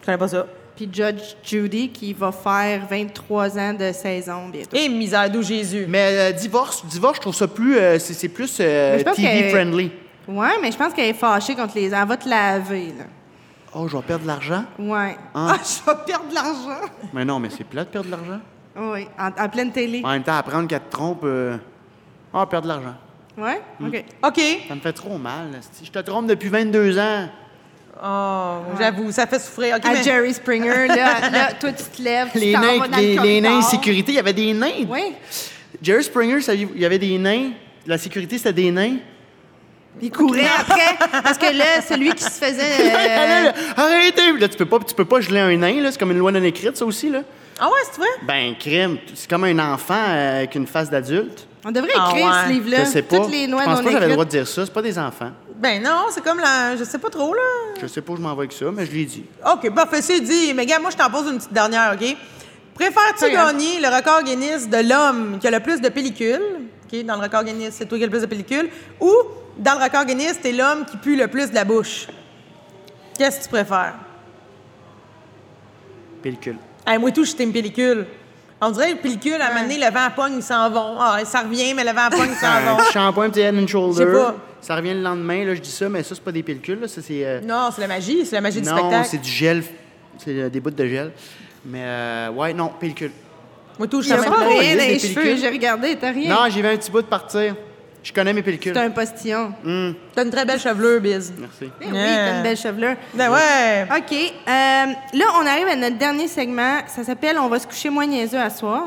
Speaker 4: Je connais pas ça.
Speaker 3: Puis Judge Judy qui va faire 23 ans de saison bientôt.
Speaker 4: Et misère d'où Jésus.
Speaker 5: Mais euh, divorce, divorce, je trouve ça plus. euh, c'est c'est plus euh,
Speaker 3: Mais je pense qu'elle-
Speaker 5: TV-friendly.
Speaker 3: Ouais, mais je pense qu'elle est fâchée contre les. Elle va te laver, là.
Speaker 5: Oh, je vais perdre de l'argent?
Speaker 3: Ouais.
Speaker 5: Ah.
Speaker 3: Ah, je vais perdre de l'argent.
Speaker 5: Mais non, mais c'est plat de perdre de l'argent.
Speaker 3: Oui, en, en pleine télé.
Speaker 5: En même temps, apprendre qu'elle te trompe. euh, Ah, perdre de l'argent.
Speaker 3: Ouais? OK.
Speaker 4: OK.
Speaker 5: Ça me fait trop mal. esti. Je te trompe depuis 22 ans.
Speaker 4: Oh, j'avoue, ça fait souffrir. OK,
Speaker 3: À
Speaker 4: mais-
Speaker 3: Jerry Springer, là, là, toi, tu te lèves. tu
Speaker 5: Les
Speaker 3: t'en
Speaker 5: nains,
Speaker 3: vas dans le
Speaker 5: les, les nains,
Speaker 3: corridor.
Speaker 5: sécurité, il y avait des nains.
Speaker 3: Oui.
Speaker 5: Jerry Springer, saviez-vous, il y avait des nains. La sécurité, c'était des nains.
Speaker 3: Il courait après. Parce que là, celui qui se faisait. euh,
Speaker 5: Arrêtez! Là, tu peux pas, tu peux pas geler un nain, là. C'est comme une loi non écrite, ça aussi, là.
Speaker 4: Ah ouais, c'est vrai?
Speaker 5: Ben, crime. C'est comme un enfant euh, avec une face d'adulte.
Speaker 3: On devrait
Speaker 4: Ah
Speaker 3: écrire
Speaker 4: ouais.
Speaker 3: ce livre-là.
Speaker 5: je sais pas.
Speaker 3: Toutes les noix
Speaker 5: je pense
Speaker 3: non
Speaker 5: pas que j'avais le droit
Speaker 3: écrites.
Speaker 5: de dire ça. C'est pas des enfants.
Speaker 4: Ben non, c'est comme la... Je sais pas trop, là.
Speaker 5: Je sais pas où je m'en vais avec ça, mais je l'ai dit.
Speaker 4: OK, parfait, c'est dit. Mais gars, moi, je t'en pose une petite dernière, OK? Préfères-tu gagner le record Guinness de l'homme qui a le plus de pellicules? OK, dans le record Guinness, c'est toi qui as le plus de pellicules. Ou, dans le record Guinness, t'es l'homme qui pue le plus de la bouche? Qu'est-ce que tu préfères?
Speaker 5: Pellicule.
Speaker 4: Hey, moi, tout, j'étais une pellicule. On dirait une pellicule, à un moment donné, le vent pogne, ils s'en vont. Ah, ça revient, mais le vent pogne, ils s'en
Speaker 5: Un
Speaker 4: vont.
Speaker 5: petit shampoing, un petit head and
Speaker 4: Je sais
Speaker 5: shoulder.
Speaker 4: pas.
Speaker 5: Ça revient le lendemain, là, je dis ça, mais ça, c'est pas des pellicules, là. Ça, c'est. euh,
Speaker 4: Non, c'est la magie, c'est la magie du
Speaker 5: Non, c'est
Speaker 4: spectacle.
Speaker 5: du gel. C'est euh, des bouts de gel. Mais, euh, ouais, non, pellicule.
Speaker 4: Moi, tout,
Speaker 3: Il n'y
Speaker 4: j'étais
Speaker 3: a pas
Speaker 5: même
Speaker 3: rien
Speaker 5: pas
Speaker 3: dans
Speaker 5: des
Speaker 3: les cheveux.
Speaker 5: pellicules.
Speaker 3: J'ai regardé, t'as rien.
Speaker 5: Non, j'y vais un petit bout de partir. Je connais mes pellicules.
Speaker 3: T'es un postillon.
Speaker 4: T'as une très belle chevelure, Biz.
Speaker 5: Merci.
Speaker 3: Eh oui,
Speaker 4: Yeah.
Speaker 3: t'as une belle chevelure.
Speaker 4: Ben ouais!
Speaker 3: OK. euh, là, on arrive à notre dernier segment. Ça s'appelle On va se coucher moins niaiseux à soir.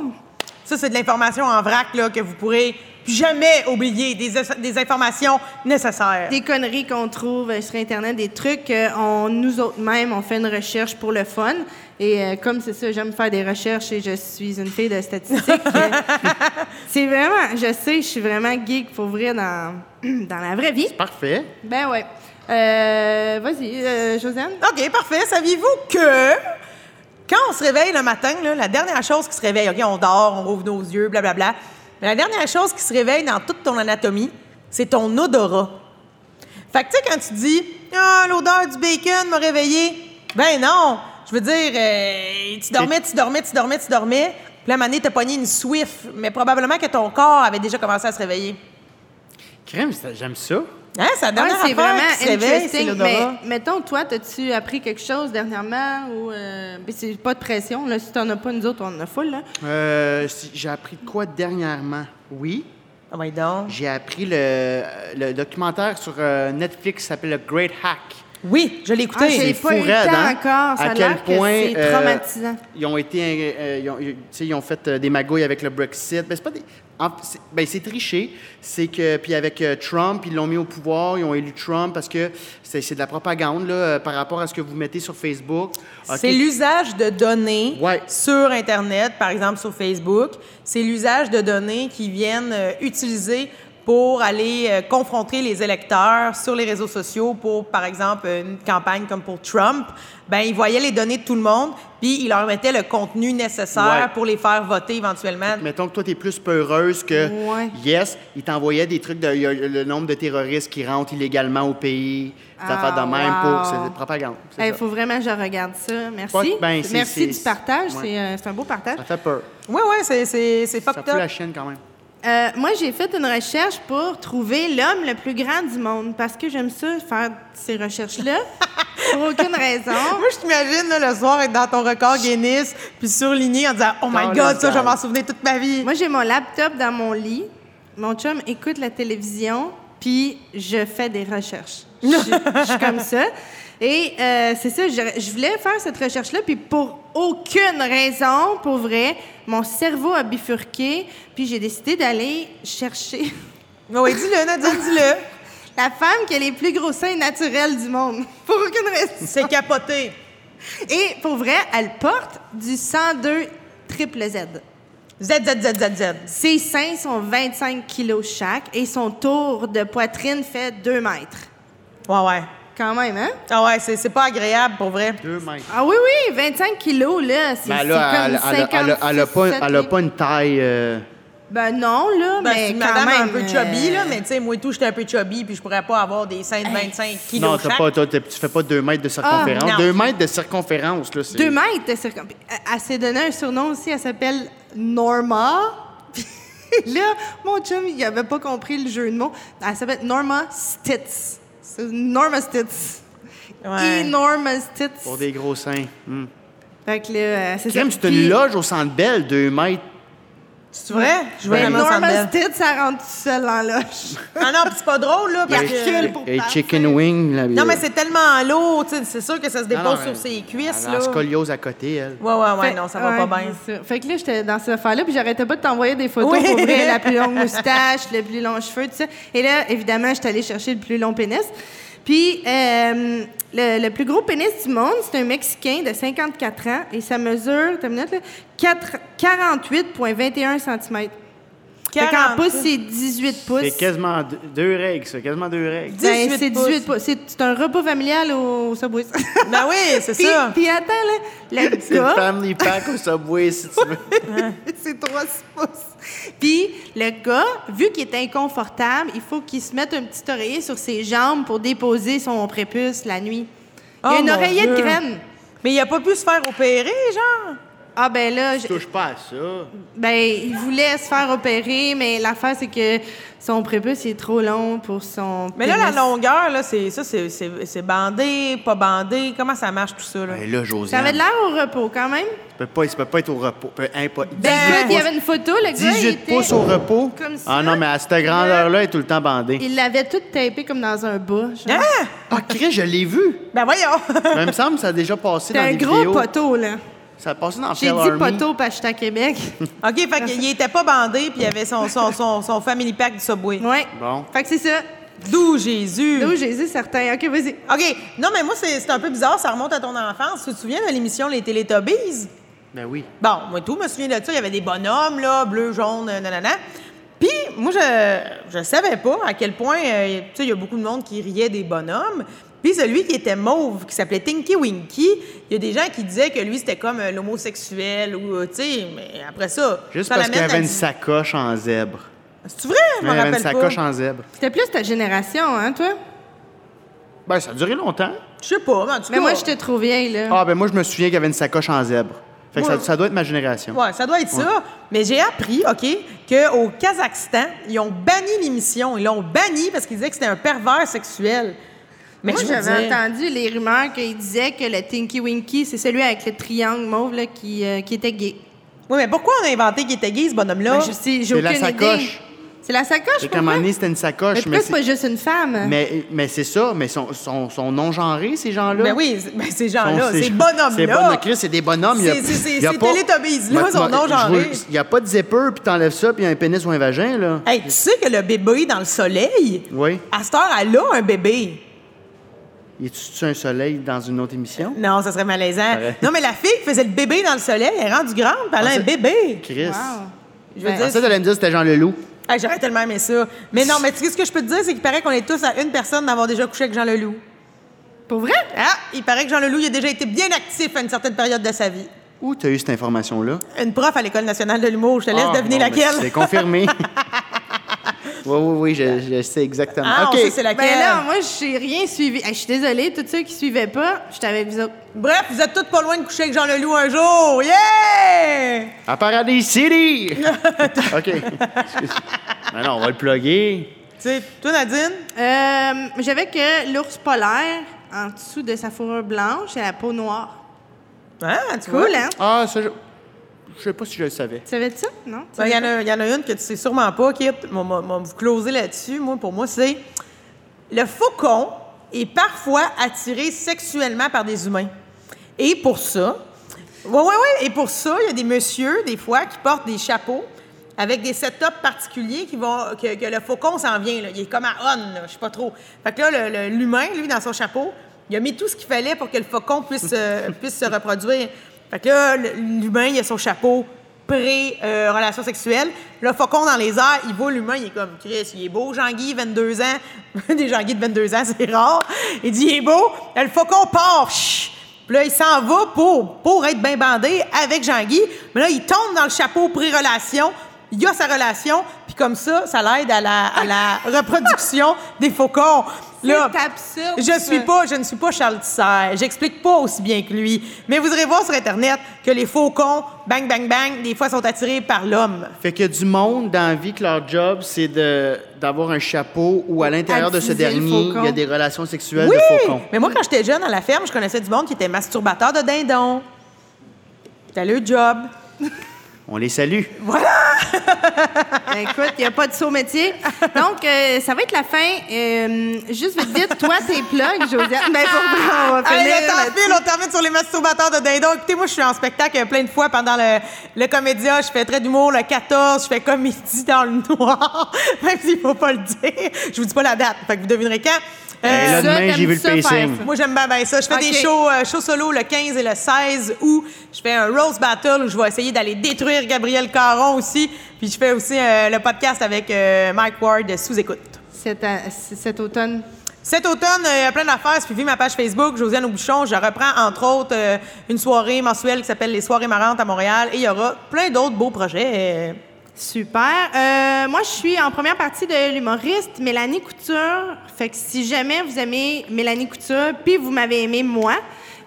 Speaker 4: Ça, c'est de l'information en vrac là, que vous pourrez jamais oublier, des, des informations nécessaires.
Speaker 3: Des conneries qu'on trouve euh, sur Internet, des trucs. euh, on, nous autres mêmes, on fait une recherche pour le fun. Et euh, comme c'est ça, j'aime faire des recherches et je suis une fille de statistiques. euh, c'est vraiment, je sais, je suis vraiment geek pour vrai dans, dans la vraie vie.
Speaker 5: Parfait.
Speaker 3: Ben ouais. Euh, Vas-y, euh, Josiane.
Speaker 4: OK, parfait. Saviez-vous que Quand on se réveille le matin, là, la dernière chose qui se réveille, OK, on dort, on ouvre nos yeux, blablabla. Mais la dernière chose qui se réveille dans toute ton anatomie, c'est ton odorat. Fait que, tu sais, quand tu dis Ah, l'odeur du bacon m'a réveillé, ben non. Je veux dire, euh, tu dormais, tu dormais, tu dormais, tu dormais. Puis la manée, t'as pogné une Swift, mais probablement que ton corps avait déjà commencé à se réveiller.
Speaker 5: Crème, ça- j'aime ça.
Speaker 4: Hein, c'est la
Speaker 3: Ouais,
Speaker 4: dernière
Speaker 3: c'est
Speaker 4: affaire
Speaker 3: vraiment
Speaker 4: qui se réveille, c'est
Speaker 3: interesting. Mais
Speaker 4: l'odorat.
Speaker 3: mettons, toi, t'as-tu appris quelque chose dernièrement ou euh, ben, c'est pas de pression là Si t'en as pas, nous autres, on en a full là.
Speaker 5: Euh, si- j'ai appris de quoi dernièrement? Oui.
Speaker 4: Ah ben donc.
Speaker 5: J'ai appris le, le documentaire sur euh, Netflix qui s'appelle Le Great Hack.
Speaker 4: Oui, je l'ai écouté.
Speaker 3: Ah, j'ai-
Speaker 5: C'est
Speaker 3: pas eu
Speaker 5: fou
Speaker 3: le
Speaker 5: raide,
Speaker 3: temps
Speaker 5: hein?
Speaker 3: encore. Ça a
Speaker 5: à quel
Speaker 3: l'air que
Speaker 5: point
Speaker 3: c'est
Speaker 5: euh,
Speaker 3: traumatisant.
Speaker 5: ils ont été, euh, ils, ont, ils- tu sais, ils ont fait euh, des magouilles avec le Brexit. Ben, c'est pas des, en- c'est, ben, c'est triché. C'est que puis avec euh, Trump, ils l'ont mis au pouvoir, ils ont élu Trump parce que c'est, c'est de la propagande là, euh, par rapport à ce que vous mettez sur Facebook. OK?
Speaker 4: C'est l'usage de données
Speaker 5: Ouais.
Speaker 4: sur Internet, par exemple sur Facebook. C'est l'usage de données qui viennent euh, utiliser pour aller euh, confronter les électeurs sur les réseaux sociaux pour, par exemple, une campagne comme pour Trump. Ben, ils voyaient les données de tout le monde, puis ils leur mettaient le contenu nécessaire
Speaker 5: Ouais.
Speaker 4: pour les faire voter éventuellement.
Speaker 5: Mettons que toi, t'es plus peureuse que
Speaker 3: Ouais.
Speaker 5: Yes, il t'envoyait des trucs de il y a le nombre de terroristes qui rentrent illégalement au pays, des
Speaker 3: Ah,
Speaker 5: affaires de même pour.
Speaker 3: wow.
Speaker 5: C'est de la propagande.
Speaker 3: Il
Speaker 5: C'est ça.
Speaker 3: faut vraiment que je regarde ça. Merci.
Speaker 5: Ouais, ben, c'est-
Speaker 3: Merci
Speaker 5: c'est-
Speaker 3: du partage.
Speaker 5: ouais.
Speaker 3: C'est euh, c'est un beau partage.
Speaker 5: Ça fait peur.
Speaker 4: Oui, oui, c'est, c'est, c'est
Speaker 5: Ça
Speaker 4: fucked
Speaker 5: fout la
Speaker 4: up.
Speaker 5: chaîne quand même.
Speaker 3: Euh, moi, j'ai fait une recherche pour trouver l'homme le plus grand du monde parce que j'aime ça faire ces recherches-là pour aucune raison.
Speaker 4: Ah, Moi, je t'imagine là, le soir être dans ton record Guinness, puis surligné en disant « Oh
Speaker 5: Dans
Speaker 4: my
Speaker 5: le
Speaker 4: God, ça, je vais
Speaker 5: sale.
Speaker 4: m'en souvenir toute ma vie! »
Speaker 3: Moi, j'ai mon laptop dans mon lit. Mon chum écoute la télévision, puis je fais des recherches. Je, je suis comme ça. Et euh, c'est ça, je, je voulais faire cette recherche-là, puis pour aucune raison, pour vrai, mon cerveau a bifurqué, puis j'ai décidé d'aller chercher
Speaker 4: Oui, dis-le, Nadine, dis-le.
Speaker 3: la femme qui a les plus gros seins naturels du monde. Pour aucune raison.
Speaker 4: C'est capoté.
Speaker 3: Et pour vrai, elle porte du 102 triple Z.
Speaker 4: Z, Z, Z, Z, Z.
Speaker 3: Ses seins sont 25 kilos chaque et son tour de poitrine fait 2 mètres.
Speaker 4: Ouais, ouais.
Speaker 3: Quand même, hein?
Speaker 4: Ah ouais, c'est c'est pas agréable, pour vrai. Ben,
Speaker 5: Deux mètres.
Speaker 3: Ah oui, oui, 25 kilos, là, c'est
Speaker 5: Mais
Speaker 3: c'est
Speaker 5: elle a, elle,
Speaker 3: comme
Speaker 5: a- elle a- elle a- elle a
Speaker 3: 56,
Speaker 5: pas, elle a
Speaker 3: 7.
Speaker 5: pas une taille. euh,
Speaker 3: Ben non, là,
Speaker 4: Ben, c'est
Speaker 3: mais
Speaker 4: une
Speaker 3: quand
Speaker 4: madame
Speaker 3: même... euh,
Speaker 4: un peu chubby, là, mais tu sais, moi et tout, j'étais un peu chubby, puis je pourrais pas avoir des seins de 25 kilos
Speaker 5: Non, t'as
Speaker 4: chaque. Oh,
Speaker 5: pas, t'as- t'as- tu fais pas deux mètres de circonférence.
Speaker 4: non.
Speaker 5: Deux mètres de circonférence, là, c'est.
Speaker 3: 2 mètres de circonférence. Elle s'est donné un surnom aussi, elle s'appelle Norma. Puis là, mon chum, il avait pas compris le jeu de mots. Elle s'appelle Norma Stitz. C'est Norma Stitz.
Speaker 4: Ouais.
Speaker 3: Enormous Stitz.
Speaker 5: Pour des gros seins. Hmm.
Speaker 3: Fait que là, euh, c'est ça.
Speaker 5: Crème, c'est
Speaker 3: Puis-
Speaker 5: une loge au centre belle, deux mètres.
Speaker 4: C'est vrai? Je veux
Speaker 3: Ben,
Speaker 4: vraiment
Speaker 3: Norma
Speaker 4: s'en
Speaker 3: Stitz, ça rentre tout seul en loge.
Speaker 4: Ah non, puis c'est pas drôle, Ah, là, parce
Speaker 5: Et-
Speaker 4: que...
Speaker 3: pour
Speaker 5: Et
Speaker 3: passer.
Speaker 5: chicken wing, là.
Speaker 4: Non, mais c'est tellement lourd, tu sais, c'est sûr que ça se
Speaker 5: Non, non,
Speaker 4: dépose
Speaker 5: mais-
Speaker 4: sur ses cuisses,
Speaker 5: elle
Speaker 4: là.
Speaker 5: a la scoliose à côté, elle.
Speaker 4: Ouais, ouais, ouais,
Speaker 3: Fait-
Speaker 4: non, ça va
Speaker 3: ouais,
Speaker 4: pas bien.
Speaker 3: c'est ça. Fait que là, j'étais dans cette affaire-là, puis j'arrêtais pas de t'envoyer des photos
Speaker 4: Oui.
Speaker 3: pour vrai, la plus longue moustache, le plus long cheveu, tout ça. Et là, évidemment, j'étais allée chercher le plus long pénis. Puis, euh, le, le plus gros pénis du monde, c'est un Mexicain de 54 ans, et ça mesure, t'as une minute, là, 4 48,21 cm. Fait qu'en
Speaker 4: 40.
Speaker 3: pouces, c'est 18 pouces.
Speaker 5: C'est quasiment deux- deux règles, ça. Quasiment deux règles.
Speaker 3: Ben,
Speaker 4: 18
Speaker 3: c'est
Speaker 4: pouces.
Speaker 3: 18 pouces. C'est c'est un repas familial au, au Subway.
Speaker 4: Ben oui, c'est
Speaker 3: Puis-
Speaker 4: ça.
Speaker 3: Puis attends, là, le
Speaker 5: C'est le
Speaker 3: gars,
Speaker 5: family pack au subway, si tu veux.
Speaker 3: c'est 3 pouces. Puis le gars, vu qu'il est inconfortable, il faut qu'il se mette un petit oreiller sur ses jambes pour déposer son prépuce la nuit. Il y
Speaker 4: Oh,
Speaker 3: a une
Speaker 4: mon
Speaker 3: oreiller de
Speaker 4: Dieu.
Speaker 3: graines.
Speaker 4: Mais il a pas pu se faire opérer, genre?
Speaker 3: Ah ben là, je-
Speaker 5: Tu touches pas à ça.
Speaker 3: ben il voulait se faire opérer, mais l'affaire c'est que son prépuce il est trop long pour son.
Speaker 4: Mais là, la
Speaker 3: pénis.
Speaker 4: longueur, là, c'est ça, c'est- c'est c'est bandé, pas bandé. Comment ça marche, tout ça, là?
Speaker 5: Ben là, Josiane.
Speaker 3: Ça avait de l'air au repos quand même.
Speaker 5: Tu peux pas, tu peux pas être au repos. Peu- impo-
Speaker 3: Ben,
Speaker 4: Euh,
Speaker 3: écoute, il y avait une photo, le gars.
Speaker 5: 18
Speaker 3: il était-
Speaker 5: pouces au repos.
Speaker 3: Comme ça.
Speaker 5: Ah non, mais à cette grandeur-là, elle est tout le temps bandée.
Speaker 3: Il l'avait tout tapé comme dans un bas. genre.
Speaker 4: Ah!
Speaker 5: Ah, Chris, je l'ai vu.
Speaker 4: Ben voyons!
Speaker 5: Mais il me semble que ça a déjà passé
Speaker 3: C'était
Speaker 5: dans
Speaker 3: un
Speaker 5: les
Speaker 3: gros
Speaker 5: vidéos.
Speaker 3: poteau, là.
Speaker 5: Ça a passé dans
Speaker 3: J'ai
Speaker 5: Fair
Speaker 3: dit
Speaker 5: Army.
Speaker 3: poteau parce que j'étais à Québec.
Speaker 4: OK, fait qu'il était pas bandé, puis il avait son, son, son, son family pack du Subway.
Speaker 3: ouais.
Speaker 5: Bon.
Speaker 3: Fait que c'est ça.
Speaker 4: D'où Jésus!
Speaker 3: Là où j'ai dit certain. OK, vas-y.
Speaker 4: OK, non, mais moi, c'est c'est un peu bizarre, ça remonte à ton enfance. Tu te souviens de l'émission Les Télétobies?
Speaker 5: Ben oui.
Speaker 4: Bon, moi tout, je me souviens de ça. Il y avait des bonhommes, là, bleu, jaune, euh, nanana. Puis, moi, je, je savais pas à quel point, euh, tu sais, il y a beaucoup de monde qui riait des bonhommes. Puis celui qui était mauve, qui s'appelait Tinky Winky, il y a des gens qui disaient que lui, c'était comme euh, l'homosexuel ou, euh, tu sais, mais après ça.
Speaker 5: Juste
Speaker 4: ça
Speaker 5: parce qu'il y
Speaker 4: l'amène
Speaker 5: avait
Speaker 4: à
Speaker 5: une
Speaker 4: dix-
Speaker 5: sacoche en zèbre.
Speaker 4: C'est vrai, je
Speaker 5: Il y
Speaker 4: me
Speaker 5: avait une
Speaker 4: rappelle pas.
Speaker 5: sacoche en zèbre.
Speaker 3: C'était plus ta génération, hein, toi?
Speaker 5: Ben, ça a duré longtemps.
Speaker 4: Je sais pas, mais en tout
Speaker 3: Mais
Speaker 4: cas,
Speaker 3: moi, j'étais trop vieille, là.
Speaker 5: Ah, ben moi, je me souviens qu'il y avait une sacoche en zèbre. Fait que
Speaker 4: Ouais.
Speaker 5: ça, ça doit être ma génération.
Speaker 4: Ouais, ça doit être ça. Mais j'ai appris, OK, qu'au Kazakhstan, ils ont banni l'émission. Ils l'ont banni parce qu'ils disaient que c'était un pervers sexuel. Mais
Speaker 3: Moi,
Speaker 4: je veux
Speaker 3: j'avais
Speaker 4: dire-
Speaker 3: entendu les rumeurs qu'ils disaient que le Tinky Winky, c'est celui avec le triangle mauve là, qui, euh, qui était gay.
Speaker 4: Oui, mais pourquoi on a inventé qu'il était gay, ce bonhomme-là?
Speaker 3: Ben, je sais, j'ai
Speaker 5: C'est la
Speaker 3: aucune idée.
Speaker 5: sacoche.
Speaker 3: C'est la sacoche.
Speaker 5: Fait qu'à
Speaker 3: pourquoi?
Speaker 5: un moment donné, c'était une
Speaker 3: mais
Speaker 5: sacoche.
Speaker 3: pourquoi
Speaker 5: Mais
Speaker 3: c'est pas
Speaker 5: c'est,
Speaker 3: juste une femme?
Speaker 5: mais, mais c'est ça, mais sont, sont, sont non-genrés, ces gens-là.
Speaker 4: Ben oui, c'est- ben ces
Speaker 5: Sont-
Speaker 4: gens-là, ces
Speaker 5: C'est
Speaker 4: bonhommes-là.
Speaker 5: bonhomme, Chris, c'est des bonhommes. il y a-
Speaker 4: C'est- c'est- c'est-
Speaker 5: il y a
Speaker 4: c'est
Speaker 5: pas-
Speaker 4: Teletubbies, là,
Speaker 5: Ma-
Speaker 4: sont
Speaker 5: ma-
Speaker 4: non-genrés.
Speaker 5: je vous- Il n'y a pas de zipper, puis t'enlèves ça, puis il y a un pénis ou un vagin, là.
Speaker 4: Hey, tu sais que le bébé dans le soleil,
Speaker 5: Oui.
Speaker 4: à cette heure, elle a un bébé.
Speaker 5: Y tu un soleil dans une autre émission?
Speaker 4: Non, ça serait malaisant.
Speaker 5: Ouais.
Speaker 4: Non, mais la fille qui faisait le bébé dans le soleil, elle est rendue grande, puis elle a un
Speaker 5: Ah, ça-
Speaker 4: bébé.
Speaker 5: Chris.
Speaker 3: Wow.
Speaker 4: Je veux
Speaker 3: Ben,
Speaker 5: Ah,
Speaker 4: dire,
Speaker 5: ça, t'allais me dire que c'était Jean Leloup.
Speaker 4: Hey, J'aurais tellement aimé ça. Mais non, mais tu sais ce que je peux te dire, c'est qu'il paraît qu'on est tous à une personne d'avoir déjà couché avec Jean Leloup.
Speaker 3: Pour vrai?
Speaker 4: Ah, il paraît que Jean Leloup, il a déjà été bien actif à une certaine période de sa vie.
Speaker 5: Où t'as eu cette information-là?
Speaker 4: Une prof à l'École nationale de l'humour, je te laisse
Speaker 5: Ah,
Speaker 4: deviner
Speaker 5: bon, ben,
Speaker 4: laquelle.
Speaker 5: C'est confirmé. oui, oui, oui, je, je sais exactement.
Speaker 4: Ah,
Speaker 5: OK.
Speaker 4: on sait c'est laquelle.
Speaker 3: Ben là, moi, j'ai rien suivi. Hey, je suis désolée, tous ceux qui suivaient pas, je t'avais vous autres.
Speaker 4: Bref, vous êtes tous pas loin de coucher avec Jean Leloup un jour. Yeah!
Speaker 5: À Paradis City! OK. Mais Ben non, on va le plugger.
Speaker 4: Tu sais, toi, Nadine?
Speaker 3: Euh, J'avais que l'ours polaire, en dessous de sa fourrure blanche, et la peau noire.
Speaker 4: Ah, tu
Speaker 3: Cool, hein?
Speaker 5: Ah, ça, je... je sais pas si je le savais.
Speaker 3: Tu savais-tu ça? Non? Tu
Speaker 4: Il y,
Speaker 3: savais
Speaker 4: en a- y en a une que tu sais sûrement pas, qui vous closer là-dessus. Moi, pour moi, c'est le faucon est parfois attiré sexuellement par des humains. Et pour ça, ouais, ouais, ouais, et pour ça, il y a des messieurs, des fois, qui portent des chapeaux avec des setups particuliers qui vont que, que le faucon s'en vient. là. Il est comme à on, là, je sais pas trop. Fait que là, le- le- l'humain, lui, dans son chapeau, il a mis tout ce qu'il fallait pour que le faucon puisse, euh, puisse se reproduire. Fait que là, le- l'humain, il a son chapeau pré-relation sexuelle. Le faucon dans les airs, il voit l'humain, il est comme Chris, il est beau, Jean-Guy, 22 ans. Des Jean-Guy de 22 ans, c'est rare. Il dit, il est beau. Là, le faucon part. chut. Puis là, il s'en va pour, pour être bien bandé avec Jean-Guy. Mais là, il tombe dans le chapeau pré-relation. Il a sa relation. Puis comme ça, ça l'aide à la, à la reproduction des faucons. Là,
Speaker 3: absurde,
Speaker 4: Je suis
Speaker 3: ça.
Speaker 4: pas, je ne suis pas Charles Tissère. J'explique pas aussi bien que lui. Mais vous irez voir sur Internet que les faucons, bang, bang, bang, des fois sont attirés par l'homme.
Speaker 5: Fait qu'il y a du monde dans la vie que leur job, c'est de, d'avoir un chapeau où à l'intérieur de ce
Speaker 3: Attiser le
Speaker 5: dernier,
Speaker 3: faucon.
Speaker 5: il y a des relations sexuelles
Speaker 4: Oui!
Speaker 5: de faucons.
Speaker 4: Mais moi, quand j'étais jeune à la ferme, je connaissais du monde qui était masturbateur de dindon. T'as le job.
Speaker 5: On les salue.
Speaker 3: Ben, écoute, il n'y a pas de saut métier. Donc, euh, ça va être la fin. Euh, juste vite, vite, toi, tes plugs, Josiane. Ben, pour on va
Speaker 4: Allez,
Speaker 3: finir
Speaker 4: on t'en
Speaker 3: là-dessus.
Speaker 4: file, on t'en file sur les masturbateurs de dindon. Écoutez, moi, je suis en spectacle euh, plein de fois pendant le, le comédia. Je fais trait d'humour le 14, je fais comédie dans le noir, même s'il faut pas le dire. Je vous dis pas la date, fait que vous devinerez quand. Euh,
Speaker 5: Et là,
Speaker 3: ça,
Speaker 5: demain,
Speaker 3: t'aimes
Speaker 5: j'ai vu le
Speaker 3: ça faire
Speaker 5: pacing.
Speaker 3: ça.
Speaker 4: moi, j'aime bien, bien ça. Je fais des
Speaker 3: Ok.
Speaker 4: shows, euh, shows solo le 15 et le 16 août. Je fais un Rose Battle où je vais essayer d'aller détruire Gabriel Caron aussi. Puis je fais aussi euh, le podcast avec euh, Mike Ward euh, sous écoute.
Speaker 3: Cet, euh, c- cet automne.
Speaker 4: Cet automne, euh, il y a plein d'affaires. Suivez ma page Facebook, Josiane Aubuchon. Je reprends, entre autres, euh, une soirée mensuelle qui s'appelle Les Soirées Marrantes à Montréal. Et il y aura plein d'autres beaux projets. euh.
Speaker 3: Super. Euh, moi, je suis en première partie de l'humoriste Mélanie Couture. Fait que si jamais vous aimez Mélanie Couture, puis vous m'avez aimé moi,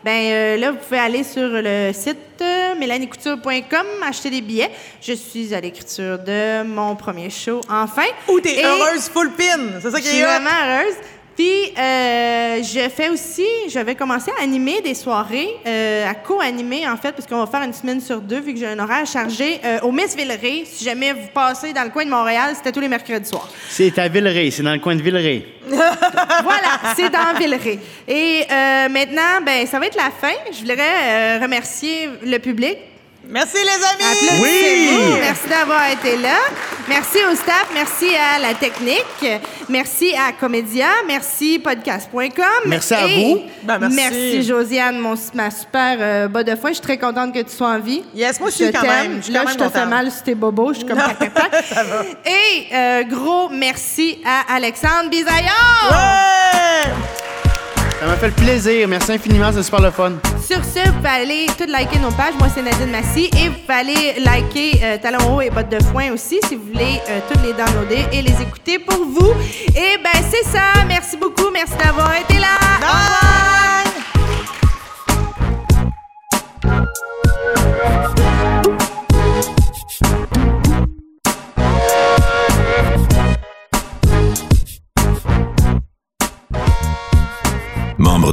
Speaker 3: ben euh, là, vous pouvez aller sur le site euh, mélaniecouture.com, acheter des billets. Je suis à l'écriture de mon premier show, enfin.
Speaker 4: Ou t'es
Speaker 3: Et-
Speaker 4: heureuse full pin. C'est ça
Speaker 3: Je
Speaker 4: qui
Speaker 3: suis
Speaker 4: est hot.
Speaker 3: vraiment heureuse. Puis, euh, je fais aussi, je vais commencer à animer des soirées, euh, à co-animer, en fait, parce qu'on va faire une semaine sur deux, vu que j'ai un horaire chargé, euh, au Miss Villeray. Si jamais vous passez dans le coin de Montréal, c'était tous les mercredis soirs.
Speaker 5: C'est à Villeray, c'est dans le coin de Villeray.
Speaker 3: voilà, c'est dans Villeray. Et euh, maintenant, ben, ça va être la fin. Je voudrais euh, remercier le public.
Speaker 4: Merci, les amis.
Speaker 3: Applaudissez-vous.
Speaker 5: Oui.
Speaker 3: Merci d'avoir été là. Merci au staff, merci à la technique, merci à Comédia, merci podcast.com.
Speaker 5: Merci à
Speaker 3: Et
Speaker 5: vous.
Speaker 4: Ben, merci.
Speaker 3: Josiane, mon, ma super euh, bas de foin. Je suis très contente que tu sois en vie.
Speaker 4: Yes, moi
Speaker 3: Je
Speaker 4: aussi, quand
Speaker 3: t'aime.
Speaker 4: même. Je suis
Speaker 3: Là,
Speaker 4: quand
Speaker 3: je
Speaker 4: même
Speaker 3: te fais
Speaker 4: contente.
Speaker 3: mal sur tes bobos. Je suis comme tac, tac, tac. Et euh, gros merci à Alexandre Bisaillon.
Speaker 4: Ouais!
Speaker 5: Ça m'a fait le plaisir. Merci infiniment, c'est super le fun.
Speaker 3: Sur ce, vous pouvez aller tout liker nos pages. Moi, c'est Nadine Massy. Et vous pouvez aller liker euh, Talons hauts et bottes de foin aussi si vous voulez euh, toutes les downloader et les écouter pour vous. Et ben c'est ça. Merci beaucoup. Merci d'avoir été là. Au revoir.
Speaker 1: Membre